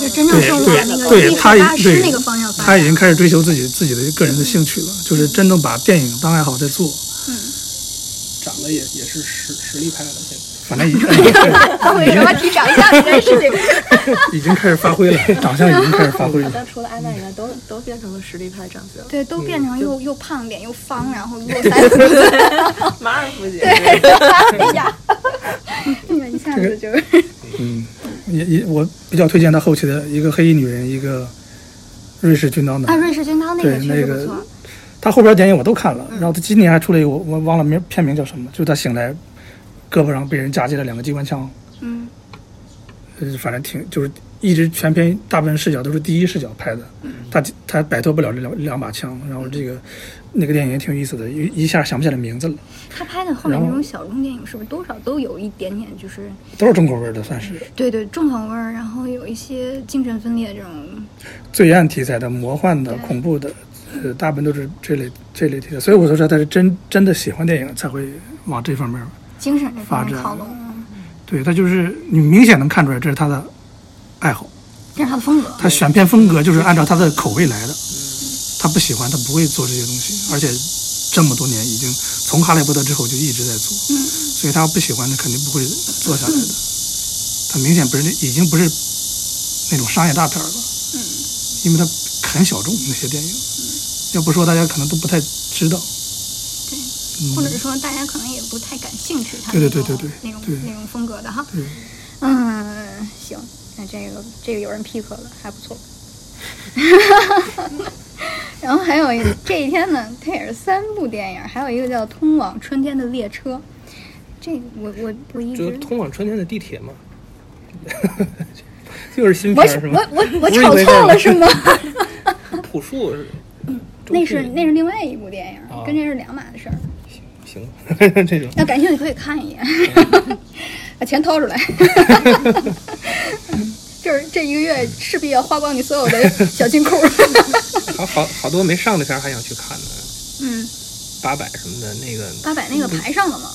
就真正受入
对
那个
对
艺术
他已
大师
对
那个方向发展。
他已经开始追求自己自己的个人的兴趣了，就是真正把电影当爱好在做。
长得也也是实实力派的，现在
反正已经
为什么提长相这件事情？
已经开始发挥了，长相已经开始发挥
好
了。
像除了安娜以外，都都变成了实力派长相。
对，都变成又又胖点又方，然后络 腮胡子。
马尔夫姐，
哎呀，哎呀，一下子就是
嗯，也也我比较推荐他后期的一个黑衣女人，一个瑞士军刀
啊，
男。
瑞士军刀那个确
对
实
那
不
个
错。嗯
他后边电影我都看了，然后他今年还出了一个我我忘了名片名叫什么，就是他醒来，胳膊上被人夹击了两个机关枪，
嗯，
呃，反正挺就是一一直全篇大部分视角都是第一视角拍的，
嗯
他他摆脱不了这两两把枪。然后这个那个电影也挺有意思的，一一下想不起来名字了，
他拍的后面
然
那
后
种小众电影，是不是多少都有一点点就是
都是中国味儿的，算是
对对重口味儿，然后有一些精神分裂这种。
罪案题材的、魔幻的、
对
恐怖的，呃，大部分都是这类这类题材。所以我就说他是真真的喜欢电影才会往这方面儿。
精神这方面
发展
靠拢，
对他就是你明显能看出来这是他的爱好，
这是他的风格。
他选片风格就是按照他的口味来的。他不喜欢，他不会做这些东西，而且这么多年已经从《哈利波特》之后就一直在做，
嗯
所以他不喜欢，他肯定不会做下来的。他明显不是那已经不是那种商业大片了，
嗯
因为他很小众那些电影，要不说大家可能都不太知道。
或者是说大家可能也不太感兴趣他
对嗯对
那种
对对对
那种
对
那种风格的哈
对。
嗯，行，那这个这个有人 pick 了，还不错。 然后还有一这一天呢，它也是三部电影，还有一个叫《通往春天的列车》。这个我我我一
就
直
通往春天的地铁嘛， 就是新
我
片儿是吗
我？我我
不是一
炒
回事
错
儿
了是 吗？
朴树是，周
那
迅
是那是另外一部电影，
啊
跟这是两码的事儿。
行 这种
要感兴趣可以看一眼， 把钱掏出来。就是这一个月势必要花光你所有的小金 库。
好好好多没上的片儿还想去看呢，
嗯，
八百什么的那个
八百那个排上了吗？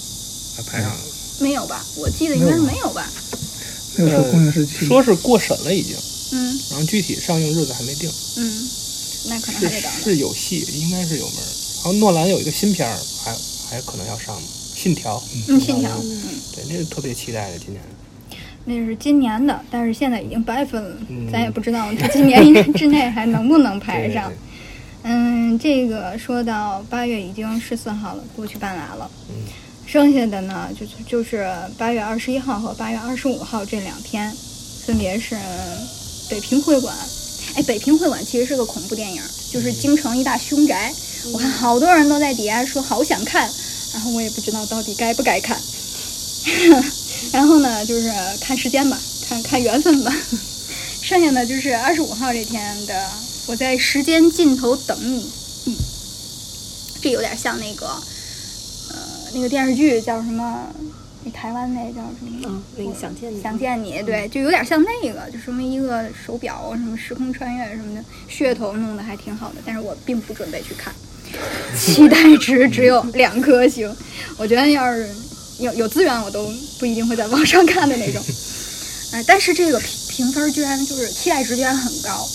还排上
嗯
了，
没有吧？我记得应该是没有吧。
那个时候公元时期，
呃说是过审了已经，
嗯
然后具体上映日子还没定，
嗯，那可能还
是
得等等。
是有戏，应该是有门儿。然后诺兰有一个新片儿，还还可能要上嘛，《信条》。
嗯，信条，嗯，
对，这是特别期待的今年。
那是今年的，但是现在已经八月份了，
嗯
咱也不知道它今年之内还能不能排
对
上
对。
嗯，这个说到八月已经十四号了，过去半拉了。
嗯
剩下的呢，就就是八月二十一号和八月二十五号这两天，分别是北平会馆。哎，北平会馆其实是个恐怖电影，就是京城一大凶宅。我看好多人都在底下说好想看，然后我也不知道到底该不该看。 然后呢，就是看时间吧，看看缘分吧。 剩下的就是二十五号这天的，我在时间尽头等你。嗯，这有点像那个，呃，那个电视剧叫什么？那台湾那叫什么？
嗯，那个想见你，
想见你，对，就有点像那个，就什么一个手表，啊什么时空穿越什么的，噱头弄得还挺好的，但是我并不准备去看， 期待值只有两颗星。我觉得要是有有资源，我都不一定会在网上看的那种。哎，但是这个评评分居然就是期待值居然很高，啊，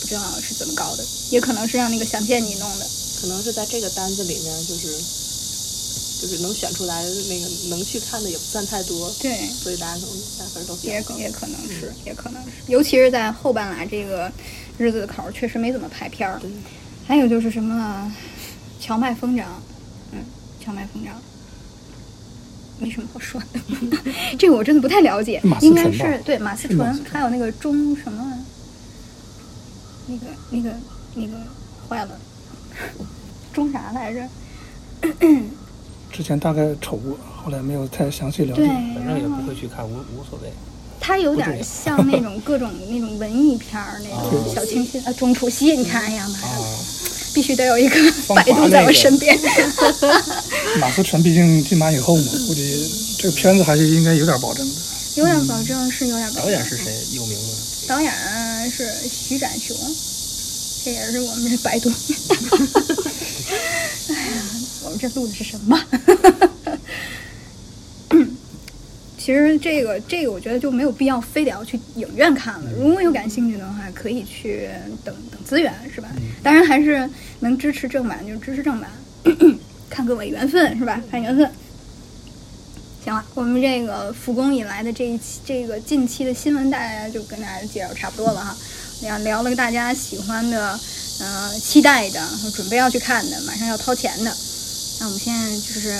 不知道是怎么搞的，也可能是让那个想见你弄的。
可能是在这个单子里面，就是就是能选出来那个能去看的也不算太多，
对，
所以大家可能打分都比
也
较
可
高。
也可能是，也可能是，尤其是在后半拉这个日子口儿，确实没怎么排片儿
对。
还有就是什么荞麦疯长，嗯，荞麦疯长，没什么好说的，这个我真的不太了解
马，思
应该
纯吧
是对马思
是马
纯
思，纯
还有那个钟什么，那个那个那个坏了，钟啥来着？
之前大概瞅过，后来没有太详细了
对，
解。
反
然
正也
后
不会去看，无无所谓。
它有点
不重要
像那种各种 那种文艺片儿那种
啊
小清新啊，钟楚曦，你看，哎呀妈
啊
呀，，必须得有一个
芳
百
华
度在我身 边。
马思纯毕竟金马以后嘛，估计这个片子还是应该有点保证的。
有点保证是有点保证。
导演是？谁有名吗？
导演是徐展雄，这也是我们这百度。 哎呀，我们这录的是什么？ 其实这个这个，我觉得就没有必要非得要去影院看了。如果有感兴趣的话，可以去等等资源，是吧？当然还是能支持正版就支持正版， 看各位缘分，是吧？看缘分。行了，我们这个复工以来的这一期，这个近期的新闻，大家就跟大家介绍差不多了哈。聊聊了大家喜欢的，呃，期待的，准备要去看的，马上要掏钱的。那我们现在就是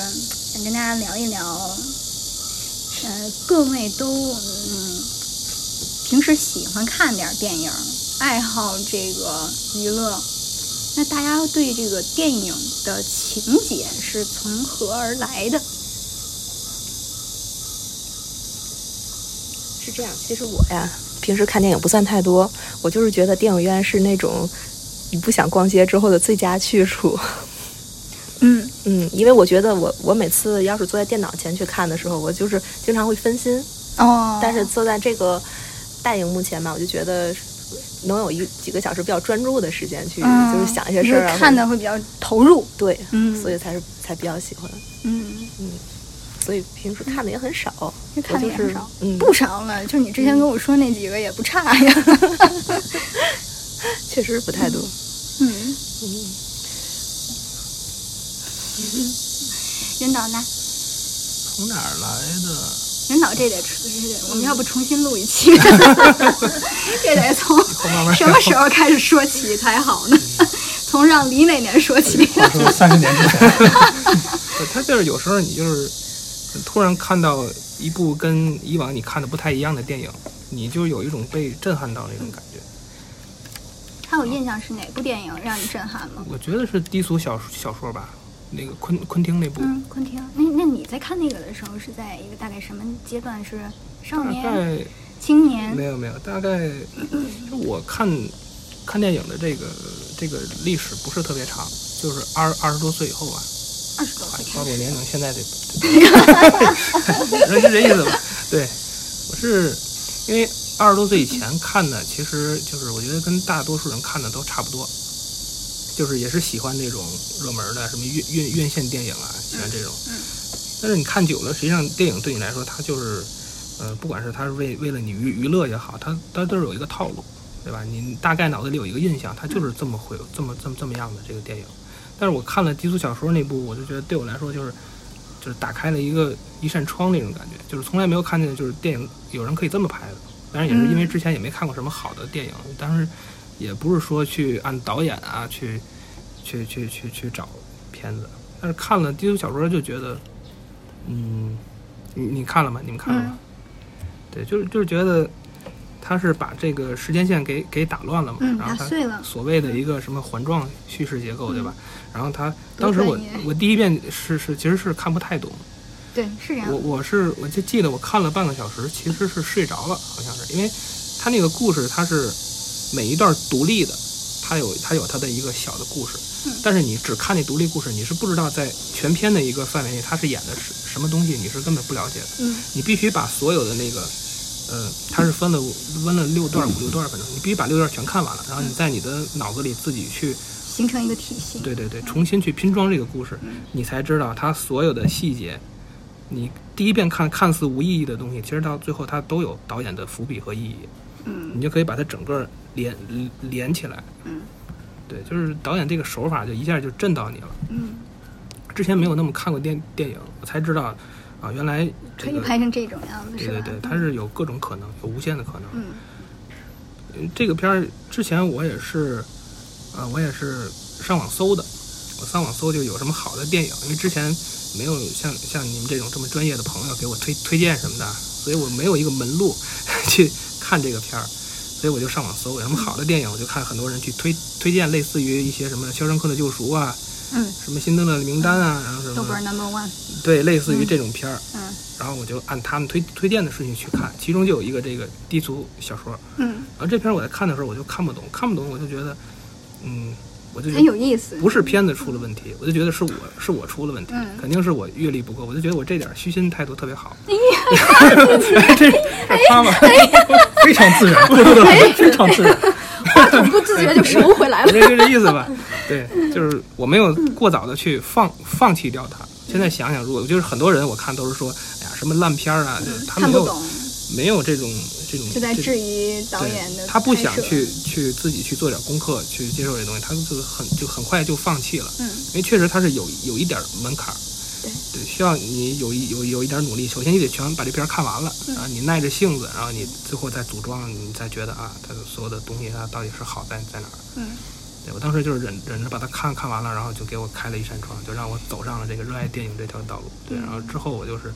想跟大家聊一聊，呃，各位都嗯，平时喜欢看点儿电影，爱好这个娱乐。那大家对这个电影的情节是从何而来的？
是这样，其实我呀，平时看电影不算太多，我就是觉得电影院是那种你不想逛街之后的最佳去处。
嗯，
嗯，因为我觉得我我每次要是坐在电脑前去看的时候，我就是经常会分心，
哦，
但是坐在这个大荧幕前吧，我就觉得能有一几个小时比较专注的时间去，
嗯
就是想一些事儿
你
啊，
就看的会比较投入，
或者对，
嗯
所以才是才比较喜欢，
嗯，
所以平时看的也很少，
就看的也
我就
很
是
少，
嗯，
不少了，就是你之前跟我说那几个也不差呀，
确实不太多，
嗯，
嗯，
人导呢？
从哪儿来的？
人导这得出，这得，我们要不重新录一 期，这得从什么时候开始说起才好呢？ 从让李哪年说起？
说三十年 之前，
对它就是有时候你就是突然看到一部跟以往你看的不太一样的电影，你就有一种被震撼到那种感觉。
还有印象是哪部电影让你震撼吗？
我觉得是低俗小说小说吧，那个昆昆汀那部，
嗯，昆汀，那那你在看那个的时候是在一个大概什么阶段？是少
大
年、
概
青年
没？有没有，大概 我看看电影的这个这个历史不是特别长，就是二二十多岁以后吧，
二十多岁
到
开
我
始。
年龄现在这，这是这意思吧？ 对，我是因为二十多岁以前看的，其实就是我觉得跟大多数人看的都差不多，就是也是喜欢这种热门的什么院院院线电影啊，喜欢这种。但是你看久了，实际上电影对你来说，它就是，呃，不管是它是为为了你娱娱乐也好，它它都是有一个套路，对吧？你大概脑子里有一个印象，它就是这么回这么这么这么样的这个电影。但是我看了低俗小说那部，我就觉得对我来说就是就是打开了一个一扇窗那种感觉，就是从来没有看见就是电影有人可以这么拍的。当然也是因为之前也没看过什么好的电影，当时也不是说去按导演啊去去去去去找片子，但是看了低俗小说就觉得，嗯，你你看了吗？
嗯
你们看了吗？对，就是就是觉得他是把这个时间线给给打乱了嘛，
嗯，
然
打
后他
碎了。
所谓的一个什么环状叙事结构，对吧？然后他
多
当时我
专业
我第一遍是是其实是看不太懂，
对，是这样
我。我是我就记得我看了半个小时，其实是睡着了，好像是因为他那个故事它是每一段独立的，它有它有它的一个小的故事，
嗯
但是你只看那独立故事，你是不知道在全片的一个范围内它是演的是什么东西，你是根本不了解的。
嗯，
你必须把所有的那个，呃，它是分了五分了六段五六段，反正你必须把六段全看完了，然后你在你的脑子里自己去。
形成一个体系。
对对对，重新去拼装这个故事，你才知道它所有的细节。你第一遍看看似无意义的东西，其实到最后它都有导演的伏笔和意义。
嗯，
你就可以把它整个连连起来。
嗯，
对，就是导演这个手法就一下就震到你了。
嗯，
之前没有那么看过电电影，我才知道啊，原来
可
这
以
个
拍成这种样子，
对
是吧
对？对，它是有各种可能，有无限的可能。
嗯
嗯，这个片儿之前我也是，呃，我也是上网搜的，我上网搜就有什么好的电影，因为之前没有像像你们这种这么专业的朋友给我推推荐什么的，所以我没有一个门路 去看这个片儿，所以我就上网搜有什么好的电影，我就看很多人去推推荐，类似于一些什么《肖申克的救赎》啊，
嗯，
什么《辛德勒的名单》啊，然后什
豆瓣
么
number one，
对，类似于这种片儿，
嗯
然后我就按他们推推荐的顺序去看，其中就有一个这个低俗小说，
嗯，
然后这片儿我在看的时候我就看不懂，看不懂我就觉得，嗯，我就觉
很有
得
意思。
不是片子出了问题，我就觉得是我是我出了问题，
嗯
肯定是我阅历不够，我就觉得我这点儿虚心态度特别好。
哎
这这他嘛，
哎
非常自然，过渡的非常自然。
不自觉就收回来
我。这就这意思吧。对，就是我没有过早的去放放弃掉它。现在想想，如果就是很多人我看都是说，哎呀，什么烂片儿啊，就是他
嗯看
没
不
有
懂，
没有这种这种
就在
这种
质疑导演的
对。他不想
拍摄
去去自己去做点功课，去接受这东西，他就是很就很快就放弃了。
嗯，
因为确实他是有有一点门槛儿，
对
对，需要你有一有有一点努力。首先你得全把这片儿看完了，
嗯
然后你耐着性子，然后你最后再组装，你再觉得啊，它的所有的东西它到底是好在在哪儿？
嗯，
对我当时就是忍忍着把它看看完了，然后就给我开了一扇窗，就让我走上了这个热爱电影这条道路。对，然后之后我就是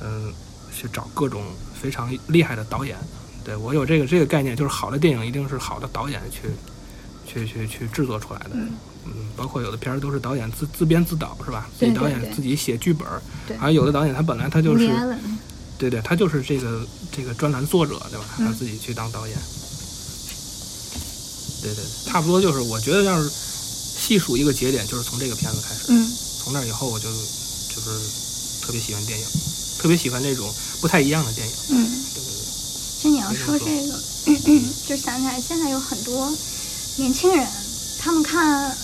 嗯、去找各种非常厉害的导演。对我有这个这个概念，就是好的电影一定是好的导演去去去去制作出来的。嗯，包括有的片儿都是导演自自编自导，是吧？自
对
己导
对
演
对
自己写剧本儿，
对
还有的导演他本来他就
伍
是
迪·艾伦，
对对对，他就是这个这个专栏作者，对吧？
嗯
他自己去当导演。对对，对差不多就是，我觉得要是细数一个节点，就是从这个片子开始。
嗯
从那以后，我就就是特别喜欢电影，特别喜欢这种不太一样的电影。
嗯。
对对对，
其实你要说这个，就想起来现在有很多年轻人，他们看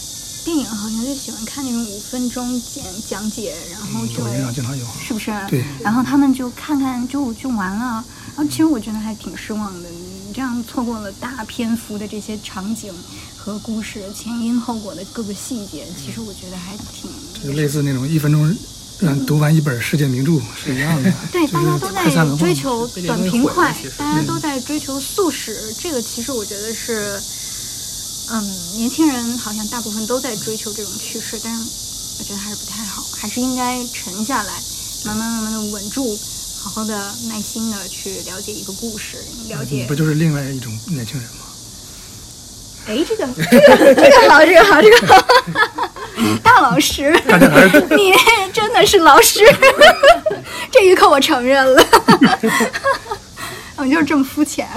电影好像就喜欢看那种五分钟讲讲解，然
嗯
后就、
抖音上经常有。
是不是？
对，
然后他们就看看就就完了。然后其实我觉得还挺失望的，你这样错过了大篇幅的这些场景和故事前因后果的各个细节，其实我觉得还挺。
就类似那种一分钟让读完一本世界名著是一样的。
对，
就
大
是
家都
快餐
在
文化
追求
被这
短
东西嗯
平
毁了
快
其实，
大家都在追求速食。这个其实我觉得是，嗯，年轻人好像大部分都在追求这种趋势，但是我觉得还是不太好，还是应该沉下来，慢慢慢慢的稳住，好好的耐心的去了解一个故事，了
你
解
不。就是另外一种年轻人吗？
哎，这个这个这个好，这个好，这个好。大老师，你真的是老师，这一刻我承认了，我就是这么肤浅。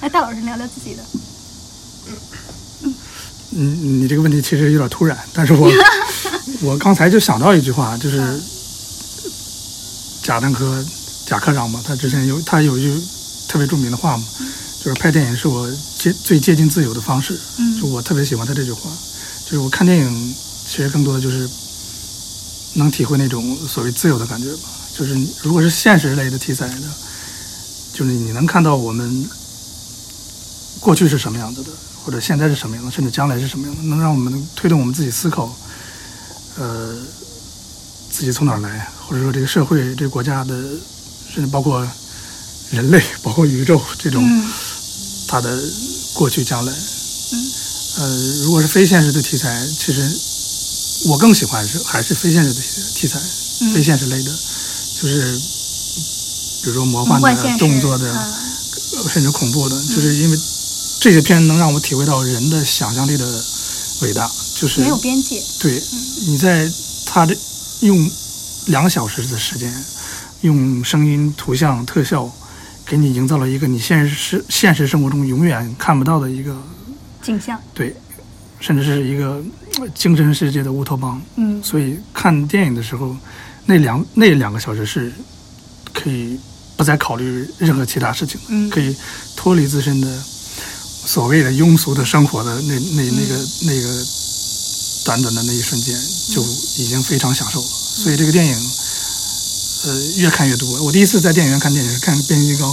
哎，大老师聊聊自己的，
你你这个问题其实有点突然，但是我我刚才就想到一句话，就是贾樟柯贾科长嘛，他之前有他有一句特别著名的话嘛，就是拍电影是我接最接近自由的方式，
嗯
就我特别喜欢他这句话，就是我看电影其实更多的就是能体会那种所谓自由的感觉吧，就是如果是现实类的题材的，就是你能看到我们过去是什么样子的，或者现在是什么样的，甚至将来是什么样的，能让我们推动我们自己思考，呃，自己从哪儿来，或者说这个社会、这个国家的，甚至包括人类、包括宇宙这种、
嗯
它的过去、将来。
嗯
呃，如果是非现实的题材，其实我更喜欢是还是非现实的题材，非
嗯
现实类的，就是比如说魔幻
梦
的
幻现、实
动作的。
嗯
甚至恐怖的，就是因为这些片能让我体会到人的想象力的伟大，就是
没有边界，
对你在他这用两个小时的时间，用声音、图像、特效，给你营造了一个你现实现实生活中永远看不到的一个
景象，
对，甚至是一个呃精神世界的乌托邦。
嗯
所以看电影的时候，那两那两个小时是可以不再考虑任何其他事情的，
嗯
可以脱离自身的所谓的庸俗的生活的那那那个、那个短短的那一瞬间，就已经非常享受了。所以这个电影，呃，越看越多。我第一次在电影院看电影是看《变形金刚》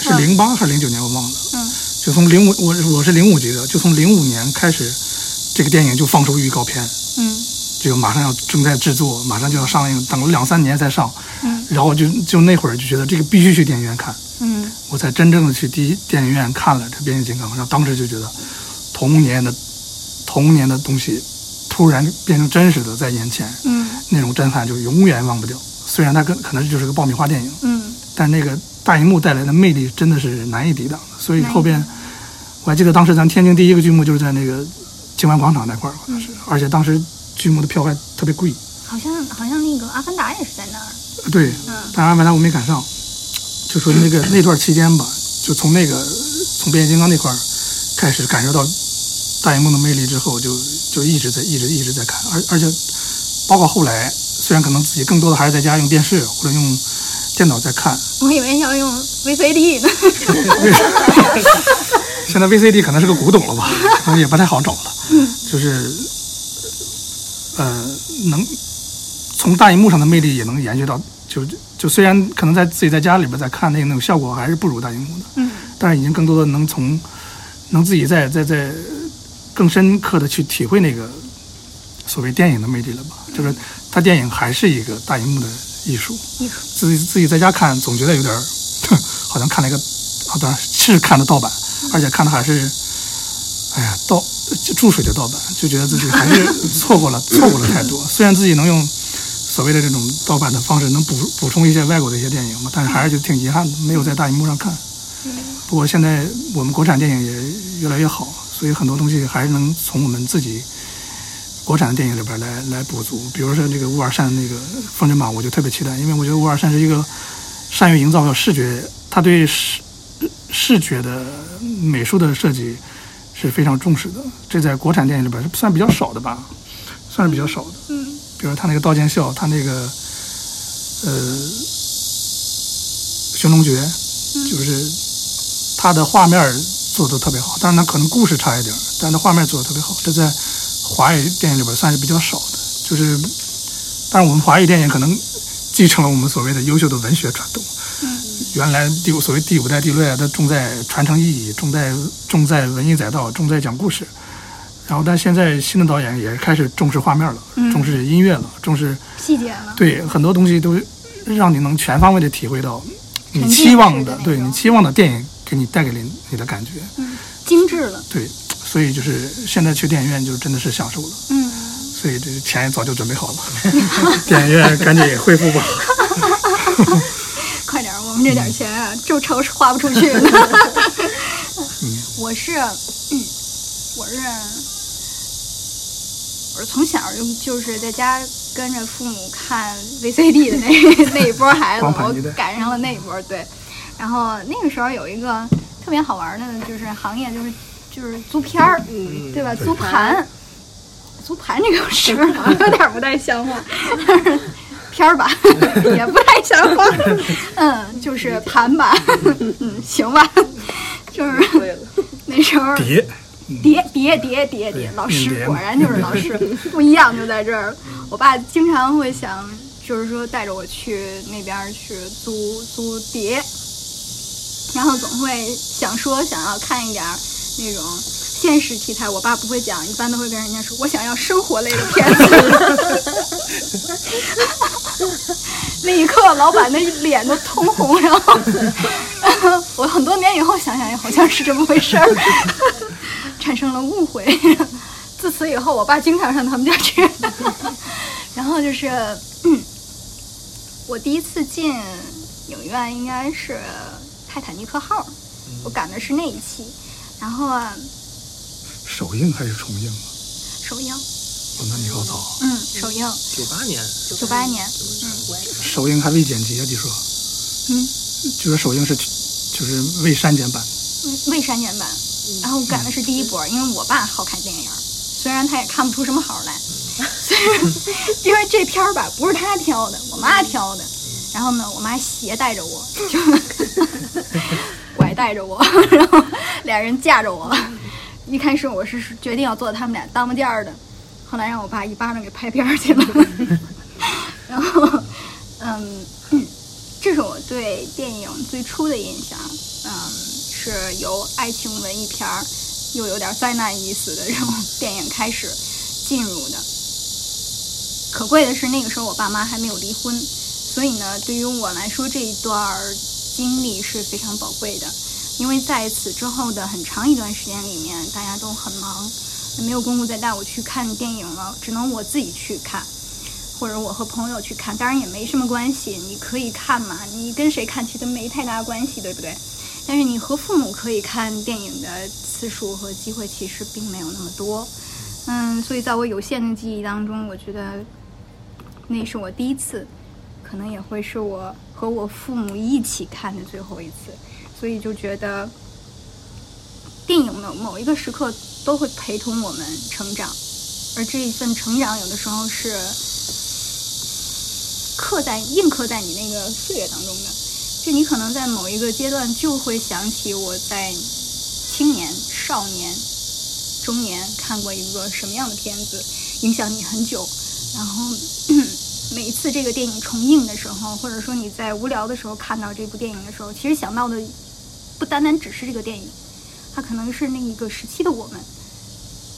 是，是零八还是零九年我忘了。
嗯
就从零五，我我是零五级的，就从零五年开始，这个电影就放出预告片，
嗯
就马上要正在制作，马上就要上映，等了两三年才上。
嗯
然后就就那会儿就觉得这个必须去电影院看，
嗯
我才真正的去第一电影院看了这《变形金刚》，然后当时就觉得童年的童年的东西突然变成真实的在眼前，
嗯
那种震撼就永远忘不掉。虽然它可可能就是个爆米花电影，
嗯，
但那个大荧幕带来的魅力真的是难以抵挡的。所以后边
难
我还记得当时咱天津第一个剧目就是在那个金湾广场那块儿，好像是，而且当时剧目的票还特别贵。
好像好像那个《阿凡达》也是在那儿，
呃对，
嗯
但是阿凡达我没赶上，就说那个那段期间吧，就从那个从变形金刚那块儿开始感受到大荧幕的魅力之后，就就一直在一直一直在看，而而且包括后来，虽然可能自己更多的还是在家用电视或者用电脑在看，
我以为要用 VCD 呢，
现在 VCD 可能是个古董了吧，可能也不太好找了。就是，呃，能从大荧幕上的魅力也能延续到，就就虽然可能在自己在家里边在看那个那种效果还是不如大荧幕的，
嗯
但是已经更多的能从能自己在在在更深刻的去体会那个所谓电影的魅力了吧？就是它电影还是一个大荧幕的艺术，
艺术
自己自己在家看，总觉得有点儿， 好像看了一个，啊，当然是看的盗版，而且看的还是，哎呀，盗就注水的盗版，就觉得自己还是错过了，错过了太多。虽然自己能用所谓的这种盗版的方式能补补充一些外国的一些电影嘛，但是还是就挺遗憾的，没有在大荧幕上看。不过现在我们国产电影也越来越好，所以很多东西还是能从我们自己国产的电影里边来来补足。比如说这个乌尔善那个《风筝榜》，我就特别期待，因为我觉得乌尔善是一个善于营造视觉，他对视视觉的美术的设计是非常重视的。这在国产电影里边算比较少的吧，算是比较少的。
嗯，
比如他那个《刀剑笑》，他那个呃《寻龙诀》，
嗯
就是他的画面儿做的特别好，但是他可能故事差一点儿，但是他画面做的特别好，这在华语电影里边儿算是比较少的。就是，但是我们华语电影可能继承了我们所谓的优秀的文学传统。原来第五所谓第五代、第六代，它重在传承意义，重在重在文艺载道，重在讲故事。然后，但现在新的导演也开始重视画面了，重视音乐了，重视
细节了。
对，很多东西都让你能全方位的体会到你
沉浸
期望
式
的
的，那
对
种
你期望的电影给你带给你你的感觉，
精致了，
对，所以就是现在去电影院就真的是享受了，
嗯，
所以这钱早就准备好了， 电影院赶紧恢复吧。
快点儿，我们这点儿钱啊，就愁是花不出去呢。 我是，嗯，我是，我是从小就就是在家跟着父母看 VCD 的那那一波孩子，
光盘一代
我赶上了那一波，对。然后那个时候有一个特别好玩的，就是行业，就是就是租片儿，
嗯
对吧？租盘，租盘这个词儿好像有点不太像话，但是片儿吧也不太像话，嗯，就是盘吧，嗯，行吧，就是
对了，
那时候
碟，
叠叠叠叠叠，
嗯对
老
硬
师
碟
果然就是老师，不一样就在这儿。我爸经常会想，就是说带着我去那边儿去租租碟，然后总会想说想要看一点儿那种现实题材。我爸不会讲，一般都会跟人家说我想要生活类的片子。那一刻，老板的脸都通红，然后 我很多年以后想想，也好像是这么回事儿。 产生了误会。自此以后，我爸经常上他们家去。 然后就是、嗯我第一次进影院应该是《泰坦尼克号》，我赶的是那一期。然后啊，
首映还是重映啊？
首映，
哦，那你好早啊，
嗯，首映，
九八年，
九八年，
嗯
首映还未剪辑啊？你说？
嗯，
就是首映是就是未删减版，
嗯未删减版。然后我赶的是第一波，因为我爸好看电影儿，虽然他也看不出什么好来， 虽然因为这片儿吧不是他挑的，我妈挑的。然后呢，我妈携带着我，就 拐带着我，然后俩人架着我。一开始我是决定要做他们俩当家儿的，后来让我爸一巴掌给拍边儿去了。然后，嗯，这是我对电影最初的印象。嗯，是由爱情文艺片儿，又有点灾难意思的这种电影开始进入的。可贵的是，那个时候我爸妈还没有离婚，所以呢，对于我来说这一段儿经历是非常宝贵的。因为在此之后的很长一段时间里面，大家都很忙，没有公公再带我去看电影了，只能我自己去看。或者我和朋友去看，当然也没什么关系，你可以看嘛，你跟谁看其实没太大关系，对不对？但是你和父母可以看电影的次数和机会其实并没有那么多，嗯，所以在我有限的记忆当中，我觉得那是我第一次，可能也会是我和我父母一起看的最后一次，所以就觉得电影的某一个时刻都会陪同我们成长，而这一份成长有的时候是刻在印刻在你那个岁月当中的。就你可能在某一个阶段就会想起我在青年、少年、中年看过一个什么样的片子，影响你很久。然后 每一次这个电影重映的时候，或者说你在无聊的时候看到这部电影的时候，其实想到的不单单只是这个电影，它可能是那一个时期的我们。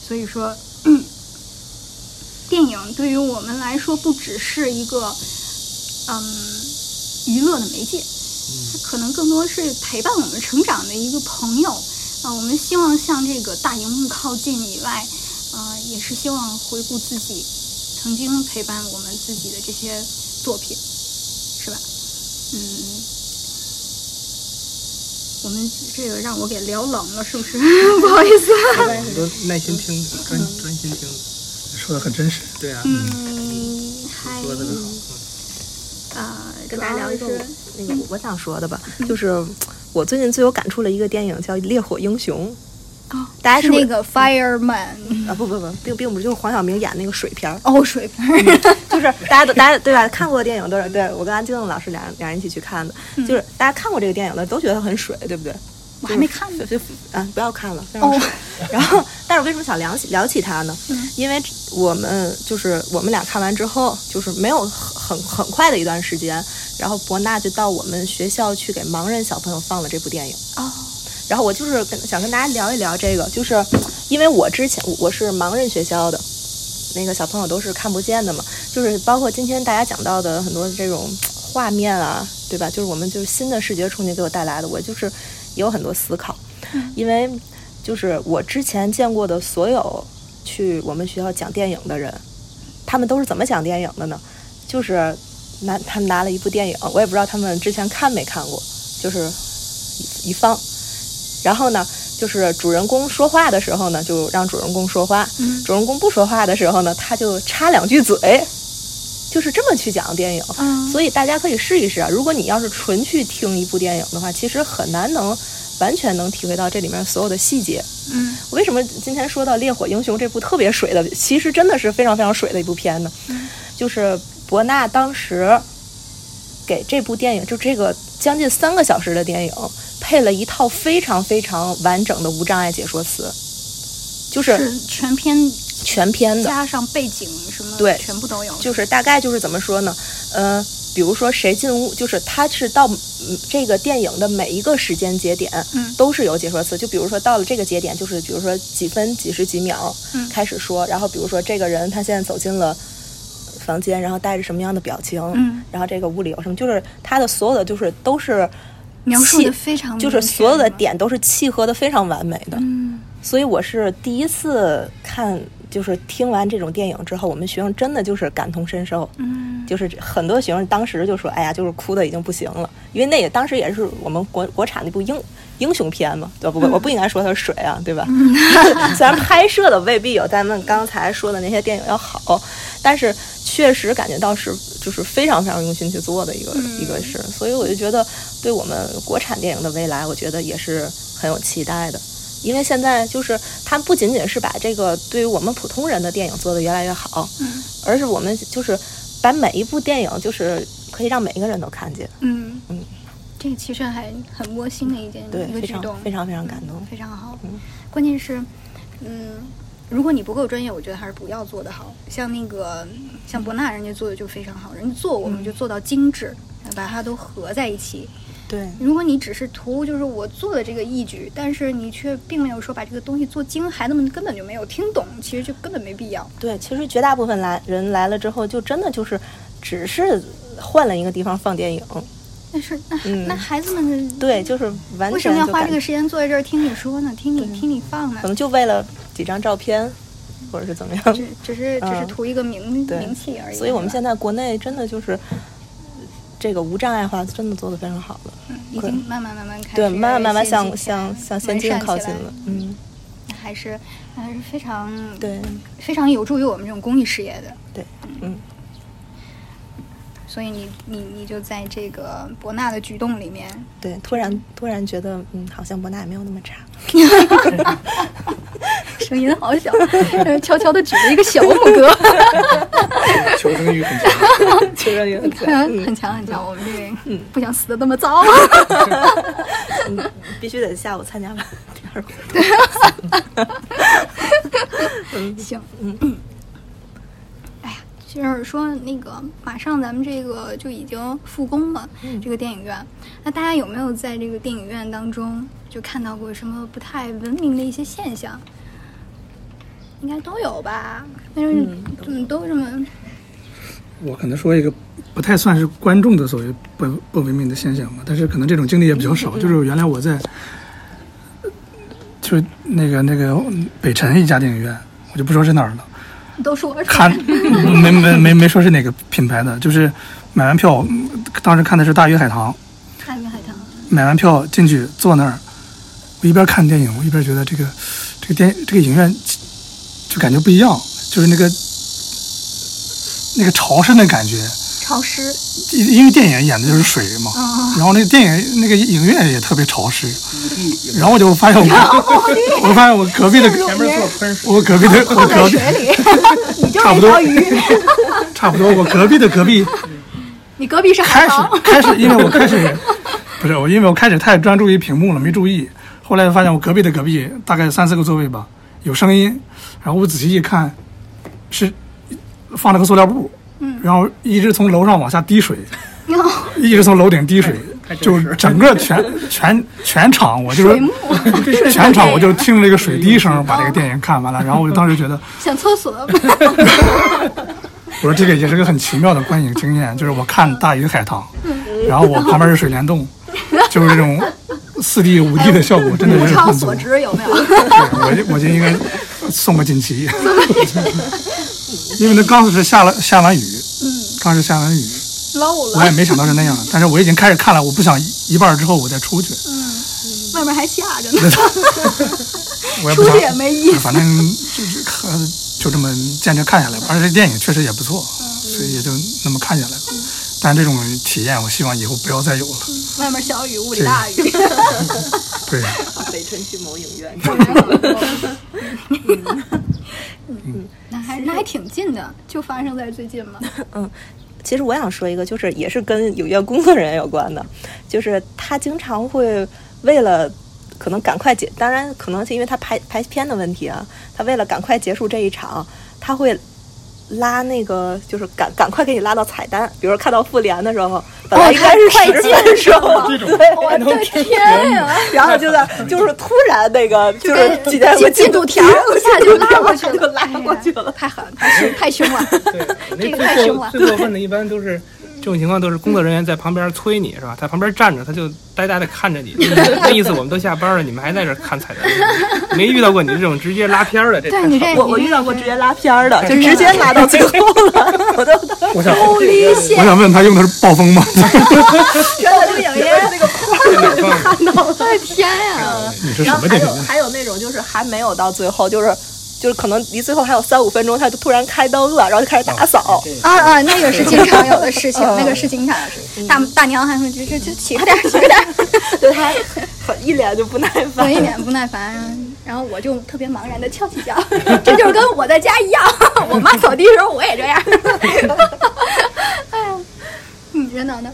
所以说， 电影对于我们来说不只是一个嗯娱乐的媒介，
嗯
它可能更多是陪伴我们成长的一个朋友。啊、我们希望向这个大荧幕靠近以外，啊、也是希望回顾自己曾经陪伴我们自己的这些作品，是吧？嗯，我们这个让我给 聊冷了，是不是？不好意思。
我都耐心听，专专心听。
说的很真实。
对啊，
嗯
嗯，还
说的特别好。
啊，跟大家聊一
主
说
要，是
嗯
那个我想说的吧，就是我最近最有感触的一个电影叫《烈火英雄
哦，
大家是不是
那个 fireman 》
啊，不不不，并并不是，就是黄晓明演那个水片儿，
哦，水瓶儿，
就是大家都大家对吧？看过的电影都是对我跟安静老师俩俩人一起去看的，就是大家看过这个电影的都觉得很水，对不对？
嗯我还没看呢。
就就啊，不要看了，非常
哦，
然后，但是为什么想聊起聊起他呢？
嗯
因为我们就是我们俩看完之后，就是没有很很很快的一段时间，然后博纳就到我们学校去给盲人小朋友放了这部电影。
哦，
然后我就是跟想跟大家聊一聊这个，就是因为我之前我我是盲人学校的，那个小朋友都是看不见的嘛，就是包括今天大家讲到的很多这种画面啊，对吧？就是我们就是新的视觉冲击给我带来的，我就是也有很多思考，因为就是我之前见过的所有去我们学校讲电影的人，他们都是怎么讲电影的呢？就是拿他们拿了一部电影，我也不知道他们之前看没看过，就是一一放，然后呢，就是主人公说话的时候呢，就让主人公说话；
嗯
主人公不说话的时候呢，他就插两句嘴，就是这么去讲电影。
嗯，
所以大家可以试一试啊。如果你要是纯去听一部电影的话，其实很难能完全能体会到这里面所有的细节。
嗯
为什么今天说到《烈火英雄》这部特别水的，其实真的是非常非常水的一部片呢？就是伯纳当时给这部电影，就这个将近三个小时的电影，配了一套非常非常完整的无障碍解说词，就是
是全篇
全篇的。
加上背景什么，
对
全部都有。
就是大概就是怎么说呢？呃，比如说谁进屋，就是他是到嗯这个电影的每一个时间节点，
嗯
都是有解说词。就比如说到了这个节点，就是比如说几分几十几秒，
嗯
开始说，然后比如说这个人他现在走进了房间，然后带着什么样的表情，
嗯，
然后这个屋里有什么，就是他的所有的就是都是
描述
契
的非常
就是
明确
所有的
嘛，
点都是契合的非常完美的。
嗯
所以我是第一次看，就是听完这种电影之后，我们学生真的就是感同身受。
嗯，
就是很多学生当时就说：“哎呀，就是哭的已经不行了。”因为那也当时也是我们国国产的一部英英雄片嘛，对吧？我我不应该说它是水啊，对吧？
嗯
虽然拍摄的未必有咱们刚才说的那些电影要好，但是确实感觉到是就是非常非常用心去做的一个、
嗯
一个事，所以我就觉得对我们国产电影的未来，我觉得也是很有期待的。因为现在就是它不仅仅是把这个对于我们普通人的电影做得越来越好，
嗯
而是我们就是把每一部电影就是可以让每一个人都看见，
嗯
嗯，
这个其实还很窝心的一件
对，
嗯一个
非
举
常
动，
非常非常感动
嗯，非常好
嗯。
关键是，嗯，如果你不够专业，我觉得还是不要做的好。像那个像博纳，人家做的就非常好，人家做我
嗯
们就做到精致，把它都合在一起。
对
如果你只是图就是我做的这个义举，但是你却并没有说把这个东西做精，孩子们根本就没有听懂，其实就根本没必要。
对。其实绝大部分来人来了之后，就真的就是只是换了一个地方放电影，
但是那、
嗯
那孩子们的
对，就是完
为什
全
么要
就
花
感
这个时间坐在这儿听你说呢？听你听你放呢
可？能就为了几张照片，或者是怎么样。
只只是只是
嗯
图一个名、
对
名气而已。啊
所以我们
是吧
现在国内真的就是呃这个无障碍化真的做得非常好了，
已经慢慢慢慢开始
对，慢慢慢慢
先进
向
起来
向向先进靠近了，，嗯，
完善起来还是还是非常
对
非常有助于我们这种公益事业的。
对，嗯。
所以你你你就在这个博纳的举动里面，
对，突然突然觉得，嗯，好像伯纳也没有那么差。
声音好小， 呃悄悄的举了一个小拇哥，
求生欲很强。
求生 欲很强，
很强很强。我们这个不想死的那么早。
嗯必须得下午参加完第二个活动。
行，嗯， 哎呀，就是说那个马上咱们这个就已经复工了，
嗯
这个电影院。那大家有没有在这个电影院当中就看到过什么不太文明的一些现象？应该都有吧？但是
嗯
怎么都这么
我可能说一个不太算是观众的所谓不不文明的现象吧，但是可能这种经历也比较少。就是原来我在，呃就是那个那个嗯北辰一家电影院，我就不说是哪儿了，
都说出
看
来
没没没没说是哪个品牌的，就是买完票，嗯当时看的是《大鱼海棠》，
大鱼海棠，
买完票进去坐那儿，我一边看电影，我一边觉得这个这个电这个影院就感觉不一样，就是那个那个潮湿的感觉，
潮湿，
因为电影演的就是水嘛，
嗯
然后那个电影那个影院也特别潮湿，
地
然后我就发现
啊哦
我， 我发现我隔壁的
前面做喷水，
我隔壁的我
泡在
隔壁
水 里，你就是
差
那
不多
条鱼，
差不多，我隔壁的 隔壁
你隔壁是海
开始
棠，
开始，因为我开始不是我，因为我开始太专注于屏幕了，没注意。后来发现我隔壁的隔壁大概三四个座位吧，有声音，然后我仔细一看，是放了个塑料布，
嗯
然后一直从楼上往下滴水，一直从楼顶滴水，
太真
就
实了
整个全全全场，我就
水
是
幕
全场我就听着这个水滴声把这个电影看完了，然后我就当时觉得，
想厕 所，
我说这个也是个很奇妙的观影经验，就是我看《大鱼海棠》，
嗯
然后我旁边是水 帘洞，就是这种四 D 五 D 的效果，真的
物
是
超
很足。
所
对
值有 没有？
我就我就应该送个锦旗， 因为那刚是下了下完雨，刚是下完雨，
嗯漏
我也
了，
没想到是那样，但是我已经开始看了，我不想一半之后我再出去，
嗯外面还下着呢，
我也不
出
想
去，也没意思。
反正就就看就这么坚持看下来吧。而且这电影确实也不错，所以也就那么看下来了。但这种体验，我希望以后不要再有了。
外面小雨，屋里大雨，
对，
北辰去某影院。
嗯那还那还挺近的，就发生在最 近嘛。
其实我想说一个，就是也是跟影院工作人员有关的， 就是他经常会为了可能赶快结，当然可能是因为他排排片的问题啊，他为了赶快结束这一场，他会拉那个就是赶赶快给你拉到彩蛋，比如说看到复联的时候，本来应该是哦快进的时候，对，
我的天呀！
然后就在就是突然那个 就是
跟
几天
进进度条一下就拉过去了，
就拉过去了。
太狠，太凶，太凶 了。
对，
这
那
个太
最
凶
过
了
最过分的一般都是这种情况，都是工作人员在旁边催你是吧？在旁边站着，他就呆呆的看 着你，那意思我们都下班了，你们还在这儿看彩蛋，没遇到过你这种直接拉片儿的，这
对你这，
我我遇到过直接拉片儿的，就直接拉到最后了， 我都
我想
狐狸线
我，想问他用的是暴风吗？
真的就影院那个
太棒了
我的天 呀！
你是
然
什
后
么
还
电
有
影？
还有那种就是还没有到最后，就是就是可能离最后还有三五分钟，他就突然开灯了，然后就开始打扫。
啊啊，那个是经常有的 事情，
嗯
那个是经常有的事情。大大娘还说：“这这这起个点儿，起个点儿。”
对他很一脸就不耐
有
烦
一。点不耐烦，然后我就特别茫然的翘起脚， 这就是跟我在家一样，我妈扫地的时候我也这样。 哎呀，嗯，人脑呢？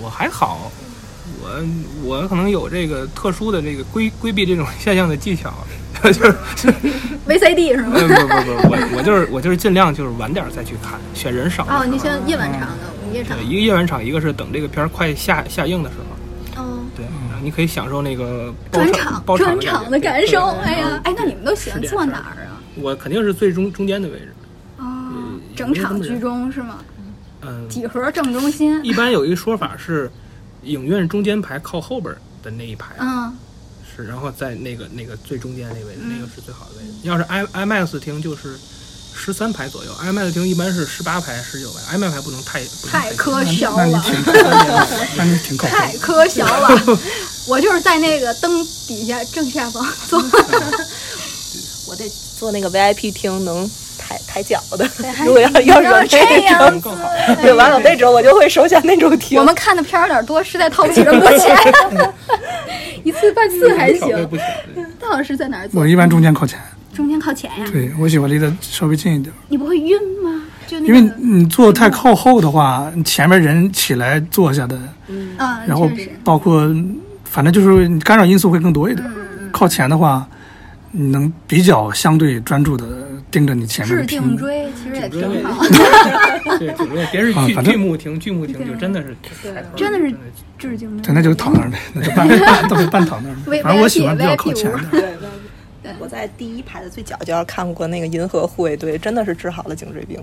我还好，我我可能有这个特殊的这个规规避这种现象的技巧， 就是。
VCD 是吗？
呃不不不，我我就是我就是尽量就是晚点儿再去看，选人少的时候。
哦，你喜欢夜晚场的，午夜场
对，。一个夜晚场，一个是等这个片儿快下下映的时候，
嗯，
对，然后你可以享受那个包
转
场
场
包
转场的感受，
对
哎呀，哎，那你们都喜欢
是这
坐
样
哪儿啊？
我肯定是最中中间的位置，
哦，
也
整
没什么
场
人
居中是吗？
嗯，
几何正中心。
一般有一个说法是，影院中间排靠后边儿的那一排
嗯，
是，然后在那个那个最中间那位置，
嗯
那个是最好的位置。要是 i IMAX 厅就是十三排左右，IMAX 厅一般是十八排、十九排，IMAX 还不能太不能
太 苛
那
小
那你
了。
挺，那你挺靠谱。
太科学了， 我就是在那个灯底下正下方坐，
我得坐那个 VIP 厅能抬抬脚的
还，
如果要要是有
要是这
那
样
种，
更好。
对，完有那种我就会首选那种厅。
我们看的片儿有点多，实在掏不起这么多 钱，一次半次还
少位
行。
不行，嗯对
到底是在哪儿坐
我？一般中间靠前，
中间靠前呀？
对我喜欢离得稍微近一点，
你不会晕吗？就那
因为
个，
你坐太靠后的话，前面人起来坐下的，
嗯，
然后
确实，
包括反正就是干扰因素会更多一点。靠前的话，你能比较相对专注的盯着你前面的
治
屏
颈
幕。
椎其实也
颈椎
挺好，
对，主要别是
啊
剧
反正
剧目厅，剧目厅就真的是抬头儿，
啊真的是
真的
治颈
对，
椎。
那就躺那儿呗，那就半半都是半躺那儿呗。
V-
反正我喜欢比较
VIP
靠前的。
对我在第一排的最角角看过那个银河护卫队，真的是治好了颈椎病，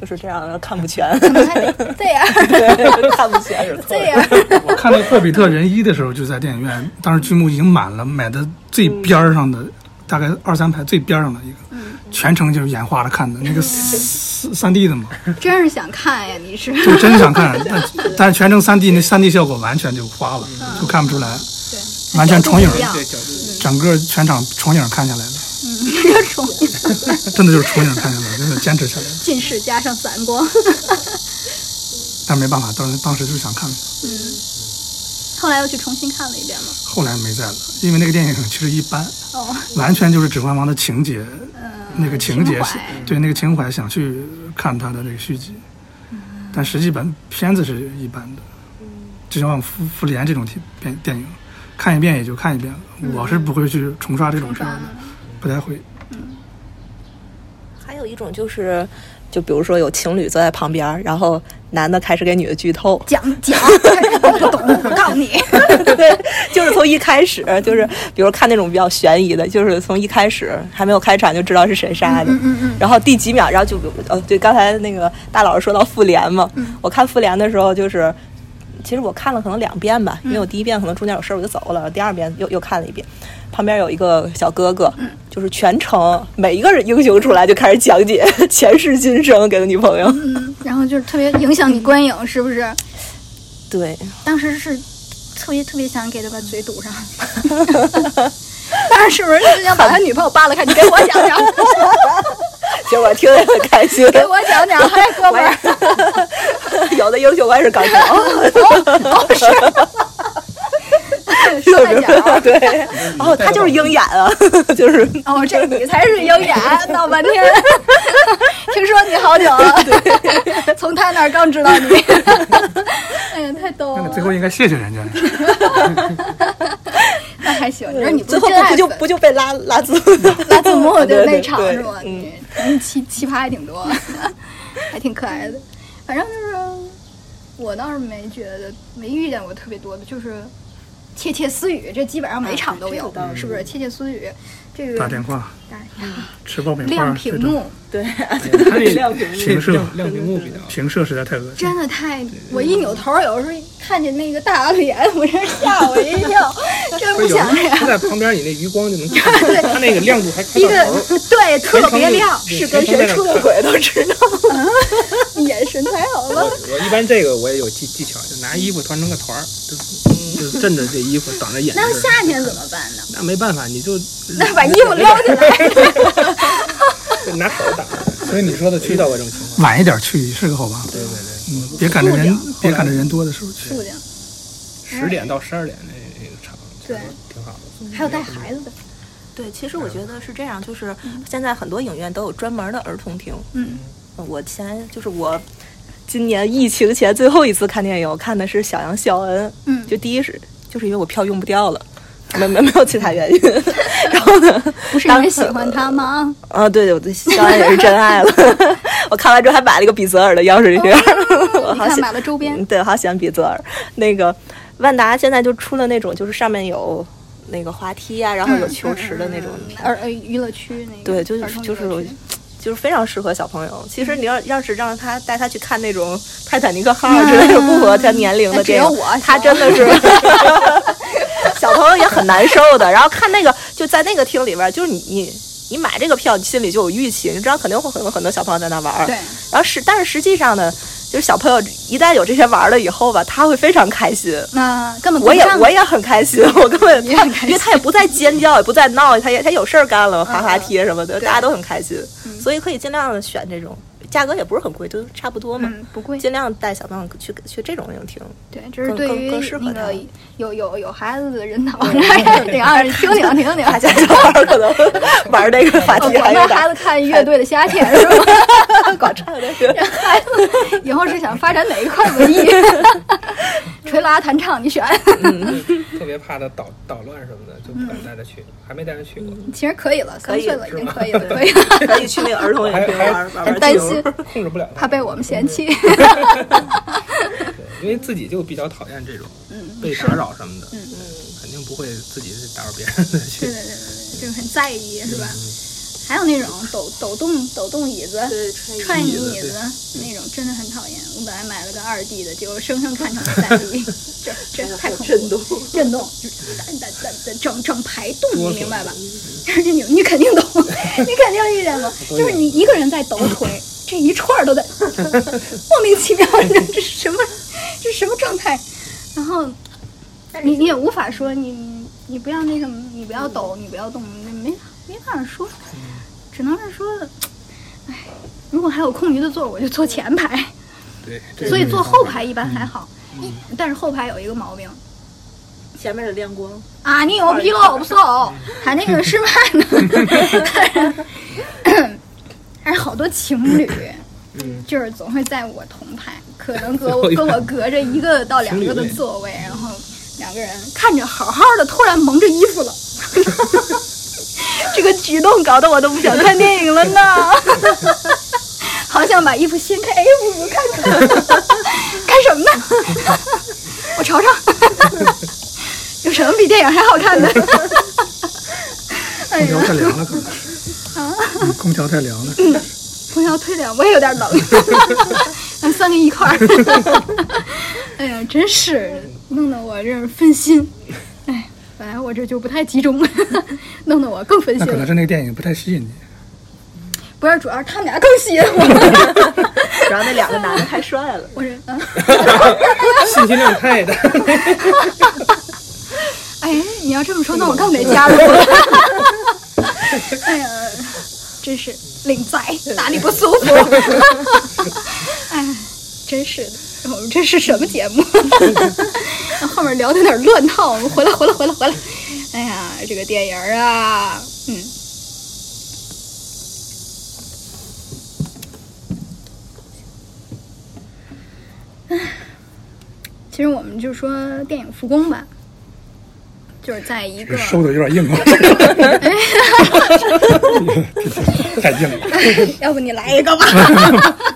就是这样看不 全，
可能还得这样
对，看不全是错
这
的。
样，
我看那《霍比特人一》的时候，就在电影院，当时剧目已经满了，买的最边儿上的，大概二三排最边儿上的一个，全程就是眼花着看的，那个 三三 D 的嘛，
真是想看呀！你是
就真想看，但但是全程三 D 那三 D 效果完全就花了，就看不出来，完全重影，
对
嗯对角度
整个全场重影看下来了，
嗯这重影
真的就是重影看下来，真的坚持下来了。
近视加上散光。
但没办法，当时当时就是想看，
嗯，后来又去重新看了一遍嘛。
后来没在了，因为那个电影其实一般，
哦，嗯
完全就是《指环王》的情节，那个情节是
情怀
对那个情怀想去看它的这个续集，但实际本片子是一般的，就像复复联这种电电电影，看一遍也就看一遍了，我是不会去重刷这种
重
片
刷
儿
了，
的，不太会。
还有一种就是，就比如说有情侣坐在旁边儿，然后男的开始给女的剧透
讲讲， 我不懂，我告诉 你，
对，就是从一开始，就是比如看那种比较悬疑的，就是从一开始还没有开场就知道是谁杀的，
嗯嗯
然后第几秒，然后就呃，对，刚才那个大老师说到复联嘛，
嗯
我看复联的时候就是，其实我看了可能两遍吧，
嗯
因为我第一遍可能中间有事儿我就走了，第二遍又又看了一遍。旁边有一个小哥哥，
嗯
就是全程每一个人英雄出来就开始讲解 前世今生给了女朋友。
嗯，然后就是特别影响你观影，是不是？
对，
当时是特别特别想给他把嘴堵上，当时是不是就想把他女朋友扒拉开？你给我讲讲，
结果听得也很 开心。
给我讲讲，嗨，哥们儿，
有的英雄我也是搞笑，
说再讲啊。
对，哦，他就是鹰眼啊， 就是
哦，这你才是鹰眼，闹半天。听说你好久了，从他那儿刚知道你。哎呀，太逗
那
了
个。最后应该谢谢人家，
那还行，你说你不
呃最
是真爱
后不不就
粉
不就被拉拉字
拉字 幕就是那场
对对
是吗？
对嗯
你你奇奇葩还挺多， 还挺可爱的。反正就是我倒是没觉得没遇见过特别多的，就是窃窃私语，啊这基本上每场都有，是不是？窃窃私语，这个
打电话
打
吃爆米
嗯
花
亮
这
屏
种
幕
对，
它这
亮屏幕
情色
亮亮屏幕比较。
平射实在太恶心
真。的太……我一扭头，有时候看见那个大脸，我真是吓我一 跳，真
不
不
是有
想这
的
样。
它在旁边，你那余光就能看到，它那个亮度还开
一
到
个
头儿。
对特别亮，
是跟谁出的轨都知道。
眼神太好
我
了。
我一般这个我也有技技巧，就拿衣服团成个团儿，就就镇着这衣服挡着眼睛
那。夏天怎么办呢？
那没办法，你就
那把衣服撩起 来。
就拿手挡。所以你说的遇到过这种情况，
晚一点去是个好办法，
对对对，
嗯，别赶着人
素
别赶着人多的时候去。
素净，
十点到十二点那那个场，
对，
挺好的。
还有带孩子的，
对，其实我觉得是这样，就是现在很多影院都有专门的儿童厅。
嗯，
呃我前就是我今年疫情前最后一次看电影，我看的是《小羊肖恩》。
嗯
就第一是就是因为我票用不掉了。没没没有其他 原因，然后呢？
不是因为喜欢他 吗？
啊，对对，我对肖恩也是真爱了。 我看完之后还买了一个比泽尔的钥匙圈，啊我
你
好
看
喜
买了周哦边
嗯，，对，我好喜欢比泽尔。那个万达现在就出了那种，就是上面有那个滑梯啊，然后有球池的那种
嗯，嗯嗯儿娱乐区那个，
对，就是
儿童娱
就是
乐
我
区
就是非常适合小朋友。其实你要
嗯
要是让他带他去看那种《泰坦尼克号》之类的不符合他年龄的
只
电
有
影，
我，
他真 的是小朋友也很难受的。然后看那个就在那个厅里边儿，就是你你你买这个票，你心里就有预期，你知道肯定会有很多小朋友在那玩儿。
对，
然后是，但是实际上呢，就是小朋友一旦有这些玩儿了以后吧，他会非常开心。
那根本
我也我
也
也很开心，我根本
也很开心
因为他也不再尖叫，也不再闹，他也他有事儿干了，滑滑梯什么的，大家都很开心，所以可以尽量的选这种，价格也不是很贵，都差不多嘛，
嗯不贵，
尽量带小朋友去去这种影厅。
对，这是
更
对
更
于
更适合
那个
他
有有有孩子的人脑袋，挺二听 听听听，
大家小孩儿可能 玩那个滑
哦
梯还
我
有
们
点
孩子看乐队的夏天是吧？
广场的是，
孩子以后是想发展哪一块文艺？ 吹拉弹唱，你选。 嗯
就 特别怕他捣捣乱什么的，就不敢带他去，还没带他去过。
其实可以了，三
可以
岁了已
是
经
吗
可以 了，可以了。
可以去那个儿童影厅玩玩玩
还
球。
担心
控制不了他，
怕被我们嫌弃。
对，因为自己就比较讨厌这种
嗯
被打扰什么的，对肯定不会自己去打扰别人的
对
去
对。对对， 就是很在意，是吧？还有那种抖抖动抖动椅子、踹你椅子那种，真的很讨厌。我本来买了个二 D 的，结果生生看成了三 D，这这太恐怖了。
震动，
震动，就是哒哒哒哒，整整排动，
哆嗦
你明白吧？就是你你肯定懂，你肯定遇见过，就是你一个人在抖腿，这一串儿都在莫名其妙，这是什么这是什么状态？然后你你也无法说你你不要那什么，你不要抖，你不要动，那没法没法法说，只能是说，哎，如果还有空余的座儿，我就坐前排。
对，
所以坐后排一般还好，一但是后排有一个毛病
前面的亮 光，
啊，你有纰漏不走，还那个失慢呢。 但是好多情侣
嗯，
就是总会在我同排，可能隔我跟我隔着一个到两个的座位，然后两个人看着好好的，突然蒙着衣服了。 这个举动搞得我都不想看电影了呢， 好想把衣服掀开，哎，我看看，看什么呢？我尝尝，有什么比电影还好看的？哎啊
空
呀，
调太凉了，可能是。 嗯空调太凉了，
空调推凉，我也有点冷，咱三个一块儿。哎呀，真是弄得我这儿分心。哎，本来我这就不太集中，弄得我更分
那
心
可能
了。
是那个电影不太吸引你。
不是，主要是他们俩更吸引我。
然后那两个男的太帅了，
我这，嗯，
信息量太大。
哎，你要这么说，那我更得加入了。哎呀，真是领灾，哪里不舒服？哎，真是的，我们这是什么节目？后面聊的有点乱套，我们回来，回来，回来，回来。哎呀，这个电影儿啊，嗯。其实我们就说电影复工吧，就是在一
这
个
收的有点硬啊， 太硬了，
要不你来一个吧？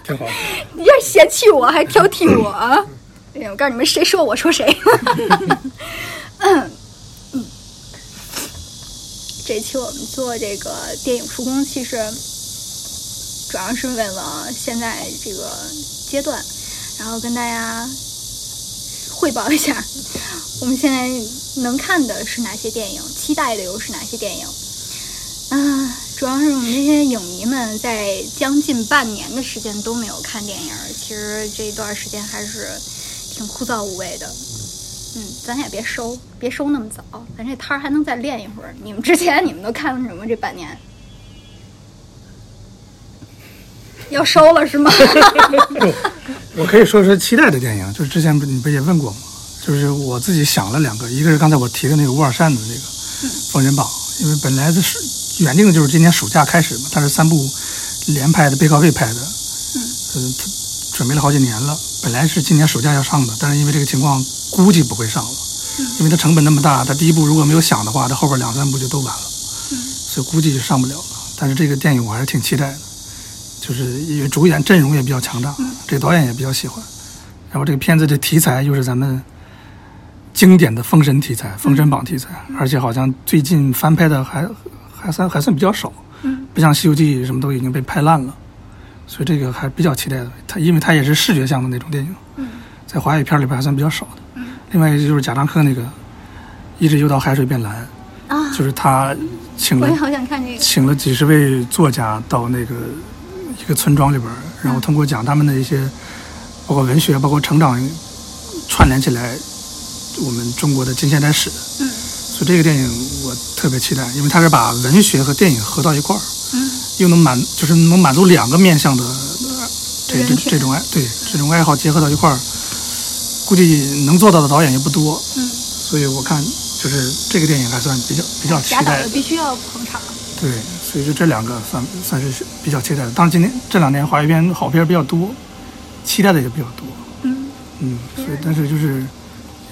挺好。
你这嫌弃我还挑剔我啊？哎呀，我告诉你们，谁说我说谁。嗯，这期我们做这个电影复工，其实主要是为了现在这个阶段，然后跟大家汇报一下我们现在能看的是哪些电影，期待的又是哪些电影。啊，主要是我们这些影迷们在将近半年的时间都没有看电影儿，其实这一段时间还是挺枯燥无味的。嗯，咱也别收，别收那么早，咱这摊儿还能再练一会儿。你们之前你们都看了什么？这半年要收了 是吗？
我可以说说期待的电影，就是之前不你不也问过吗？就是我自己想了两个，一个是刚才我提的那个乌尔善的那个《封神榜》，因为本来这是原定的就是今年暑假开始嘛，它是三部连拍的背靠背拍的，嗯，它准备了好几年了，本来是今年暑假要上的，但是因为这个情况估计不会上了，因为它成本那么大，它第一部如果没有想的话，它后边两三部就都完了，所以估计就上不了了。但是这个电影我还是挺期待的。就是因为主演阵容也比较强大，
嗯
这个导演也比较喜欢。然后这个片子的题材又是咱们经典的封神题材、封
嗯
神榜题材，而且好像最近翻拍的还还算还算比较少，
嗯
不像《西游记》什么都已经被拍烂了，所以这个还比较期待的。它因为它也是视觉向的那种电影，
嗯
在华语片里边还算比较少的。另外一个就是贾樟柯那个《一直游到海水变蓝》，
啊，
就是他请
我
了
也好想看这个。
请了几十位作家到那个一个村庄里边儿，
嗯
然后通过讲他们的一些，包括文学，包括成长，串联起来我们中国的近现代史。
嗯
所以这个电影我特别期待，因为它是把文学和电影合到一块儿，
嗯
又能满就是能满足两个面向的呃这这
人群嗯
这种爱对这种爱好结合到一块儿，估计能做到的导演也不多，
嗯，
所以我看就是这个电影还算比较比较期
贾导
待
的。必须要捧场。
对，所以就这两个算算是比较期待的。当然，今年这两年华语片好片比较多，期待的也比较多。
嗯
嗯，所以但是就是，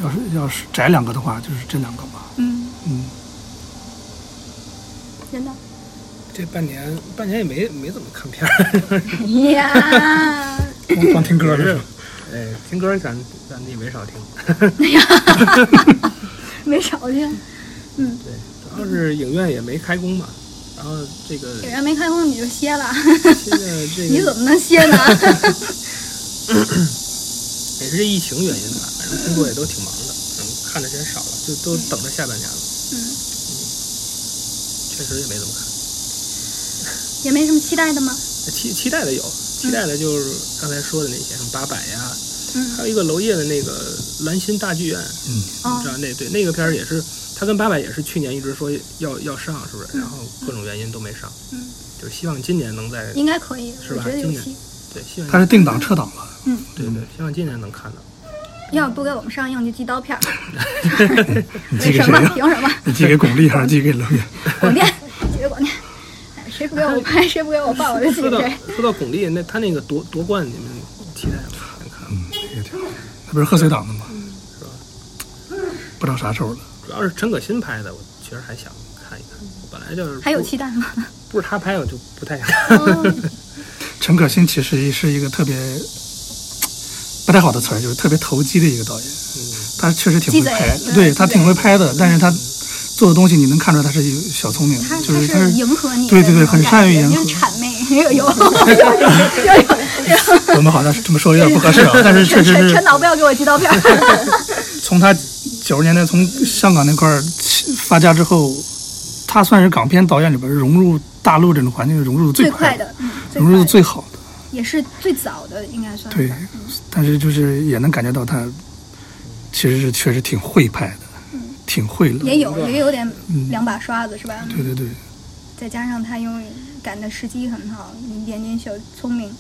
要是要是摘两个的话，就是这两个吧。
嗯，
嗯，
真的。
这半年半年也没没怎么看片 儿，
呀，
光光听歌
是
是。
哎，听歌咱咱也没少听，
没少见。
对，主要是影院也没开工嘛，然后这个
有人没开工你就歇了，
现在这
啊你
个
怎么能歇 呢？
也是这疫情原因吧，反正工作也都挺忙的，嗯，看的时间少了，就都等着下半年了。
嗯，
确实也没怎么看。
也没什么期待的吗？
期期待的有，期待的就是刚才说的那些，什么八佰呀，
嗯
还有一个娄烨的那个《兰心大剧院》，
嗯，
哦
你知道那对那个片儿也是，它他跟八佰也是去年一直说要要上，是不是？然后各种原因都没上，
嗯，
就希望今年能在
应该可以，
是
我
吧
觉得有
今年
戏。
对，希望
他是定档撤档了，
对对，希望今年能看到。
要不给我们上映就寄刀片儿，
你寄
凭
给
什
谁
么？
呀？
凭什么？
你寄给巩俐还是寄给冷眼？
广电，寄给广电。哎谁不给 我拍，谁不给我报，我就寄给
说到
谁。
说到巩俐，那他那个夺夺冠，你们期待吗？想看吗？
也挺好，他不是贺岁档的吗？不知道啥时候了。
主要是陈可辛拍的，我其实还想看一看。我本来就是
嗯还有
不
期待吗？
不是他拍，我就不太 想看。
陈可辛其实是一个特别不太好的词儿，就是特别投机的一个导演。
嗯
他确实挺
鸡
会
贼
拍，
对
对
鸡
他挺
贼
会拍的，但是他做的东西你能看出来他是有小聪明的
他，
就
他
他
是
是
迎合你的
对
那种感觉，
对对很善于迎合
就是谄媚，有有有 有有。
我们好像是这么说有点不合适 啊，但是确
陈
实
陈
是
陈导不要给我寄刀片儿，
从他九十年代从香港那块儿起发家之后，他算是港片导演里边融入大陆这种环境融入的
最
快
快，的，嗯最
融入
快
的
的
最好的。
也是最早的，嗯应该算
对
吧，
但是就是也能感觉到他其实是确实挺会拍的，挺会的。
嗯也有也有点
嗯
两把刷子是吧？
对对对，
再加上他因为赶的时机很好，一点点小聪明，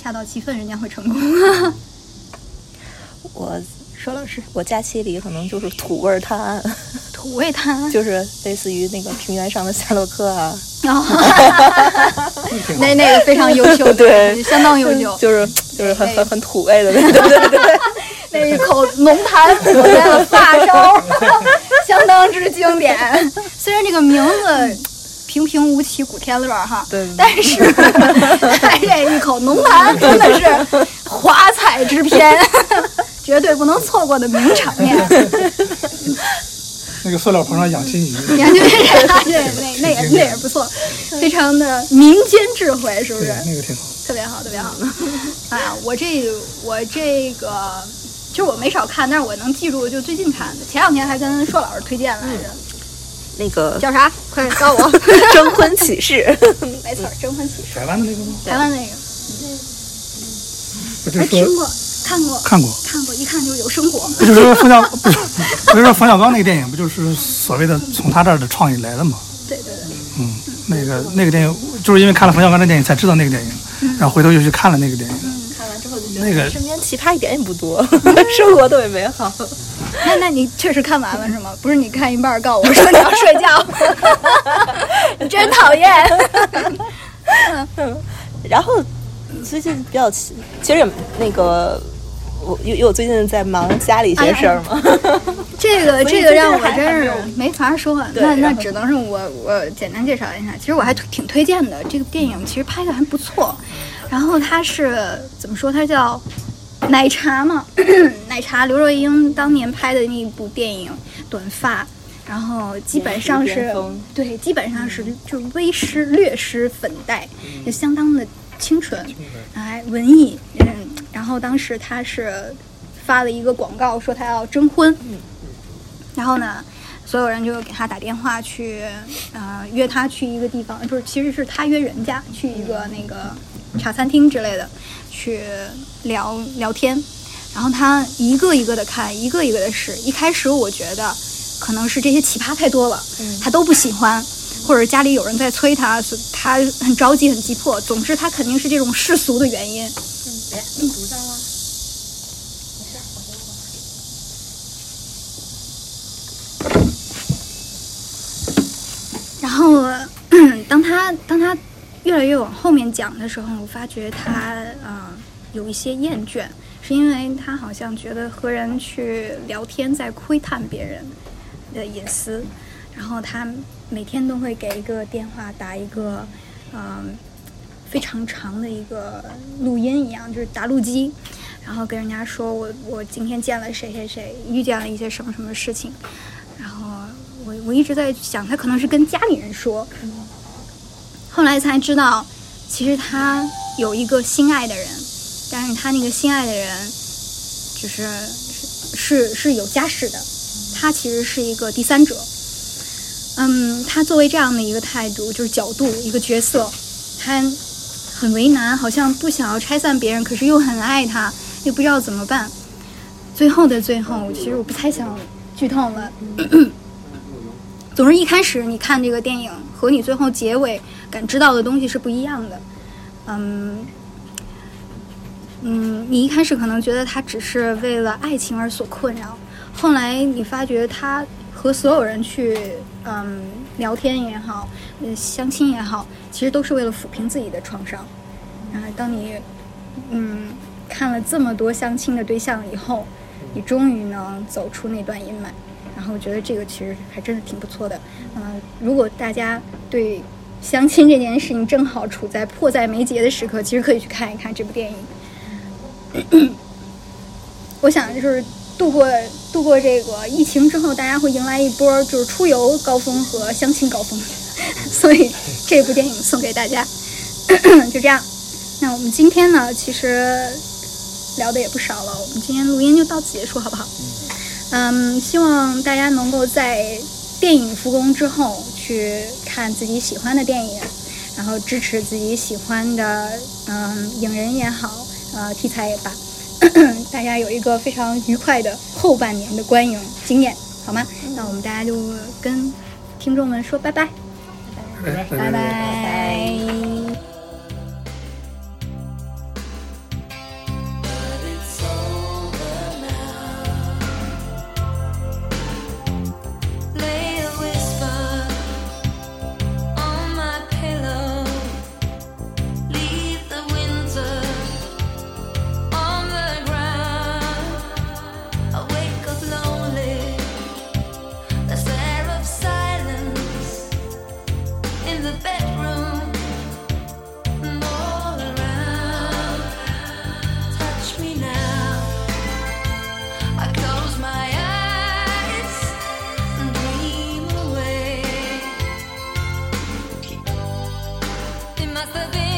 恰到其分，人家会成功。
我说老师，我假期里可能就是土味儿探案，
土味探案，
就是类似于那个平原上的夏洛克啊，
然 后哦那那个非常优秀，
对
相当优秀，
就是哎就是很很很土味的， 对对对对，
那一口浓痰吐在了发梢，相当之经典。虽然这个名字平平无奇，古天乐哈，
对
但是他这一口浓痰真的是华彩之篇，绝对不能错过的名场面。
那个塑料棚上养金鱼，
你看，就是他这那那也那也不错，非常的民间智慧，是不
对
是？
那个挺好。
特别好，特别好。 哎呀，我这我这个，其实我没少看，但是我能记住就最近看的。前两天还跟硕老师推荐来着，
那 个
叫啥？快告诉我。
征婚启事，
没错，《征婚启事
台湾的那个吗？》，
台湾那个，
不
还
是
听
说
过、看过、
看过，
看过，一看就有生活。
不就是说冯小不是不是说冯小刚那个电影不就是所谓的从他这儿的创意来的吗？
对对对，
嗯，那个那个电影就是因为看了冯小刚的电影才知道那个电影，然后回头又去看了那个电影。
嗯看完之后就觉
得那 个
身边奇葩一点也不多， 生活特别美好。
那那你确实看完了是吗？不是你看一半儿告诉我说你要睡觉，你 真讨厌。
然后最近比较奇，其实也那个我因为因为我最近在忙家里一些事儿嘛，
这个
所
这个
以最近
让我
还
真
还没
是
有
没法说，
对
那那
然后
只能是我我简单介绍一下。其实我还推挺推荐的，这个电影其实拍的还不错。然后它是怎么说？它叫《奶茶》嘛， 《奶茶》刘若英当年拍的那一部电影《短发》，然后基本上
美食
是
巅峰
对，基本上是就微湿、略施粉黛，就相当的嗯清纯，哎，文艺。嗯，然后当时他是发了一个广告，说他要征婚，然后呢，所有人就给他打电话去，呃，约他去一个地方，呃不是，其实是他约人家去一个那个茶餐厅之类的，去聊聊天。然后他一个一个的看，一个一个的试。一开始我觉得可能是这些奇葩太多了，他都不喜欢，或者家里有人在催他，所以他很着急很急迫。总之，他肯定是这种世俗的原因。然后，嗯当他当他越来越往后面讲的时候，我发觉他呃有一些厌倦，是因为他好像觉得和人去聊天在窥探别人的隐私，然后他每天都会给一个电话打一个，嗯、非常长的一个录音一样，就是打录机，然后跟人家说我我今天见了谁谁谁，遇见了一些什么什么事情，然后我我一直在想，他可能是跟家里人说，后来才知道，其实他有一个心爱的人，但是他那个心爱的人，就是是是是有家室的，他其实是一个第三者。嗯，他作为这样的一个态度，就是角度一个角色，他很为难，好像不想要拆散别人，可是又很爱他，又不知道怎么办。最后的最后，其实我不太想剧透了， 总之，一开始你看这个电影和你最后结尾感知到的东西是不一样的。嗯嗯，你一开始可能觉得他只是为了爱情而所困扰，后来你发觉他和所有人去嗯聊天也好，嗯相亲也好，其实都是为了抚平自己的创伤。啊，当你嗯看了这么多相亲的对象以后，你终于能走出那段阴霾。然后我觉得这个其实还真是挺不错的。嗯、如果大家对相亲这件事情正好处在迫在眉睫的时刻，其实可以去看一看这部电影。我想就是度过度过这个疫情之后，大家会迎来一波就是出游高峰和相亲高峰， 所以这部电影送给大家。 就这样，那我们今天呢，其实聊的也不少了，我们今天录音就到此结束，好不好？嗯，希望大家能够在电影复工之后去看自己喜欢的电影，然后支持自己喜欢的嗯影人也好，呃题材也罢， 大家有一个非常愉快的后半年的观影经验，好吗？那我们大家就跟听众们说拜拜，
哎
拜拜。
Lay a whisper on my pillow. Leave the winter on the ground. I wake up lonely. The stare of silence in the bedroom and all around. Touch me now. I close my eyes and dream away. It must have been.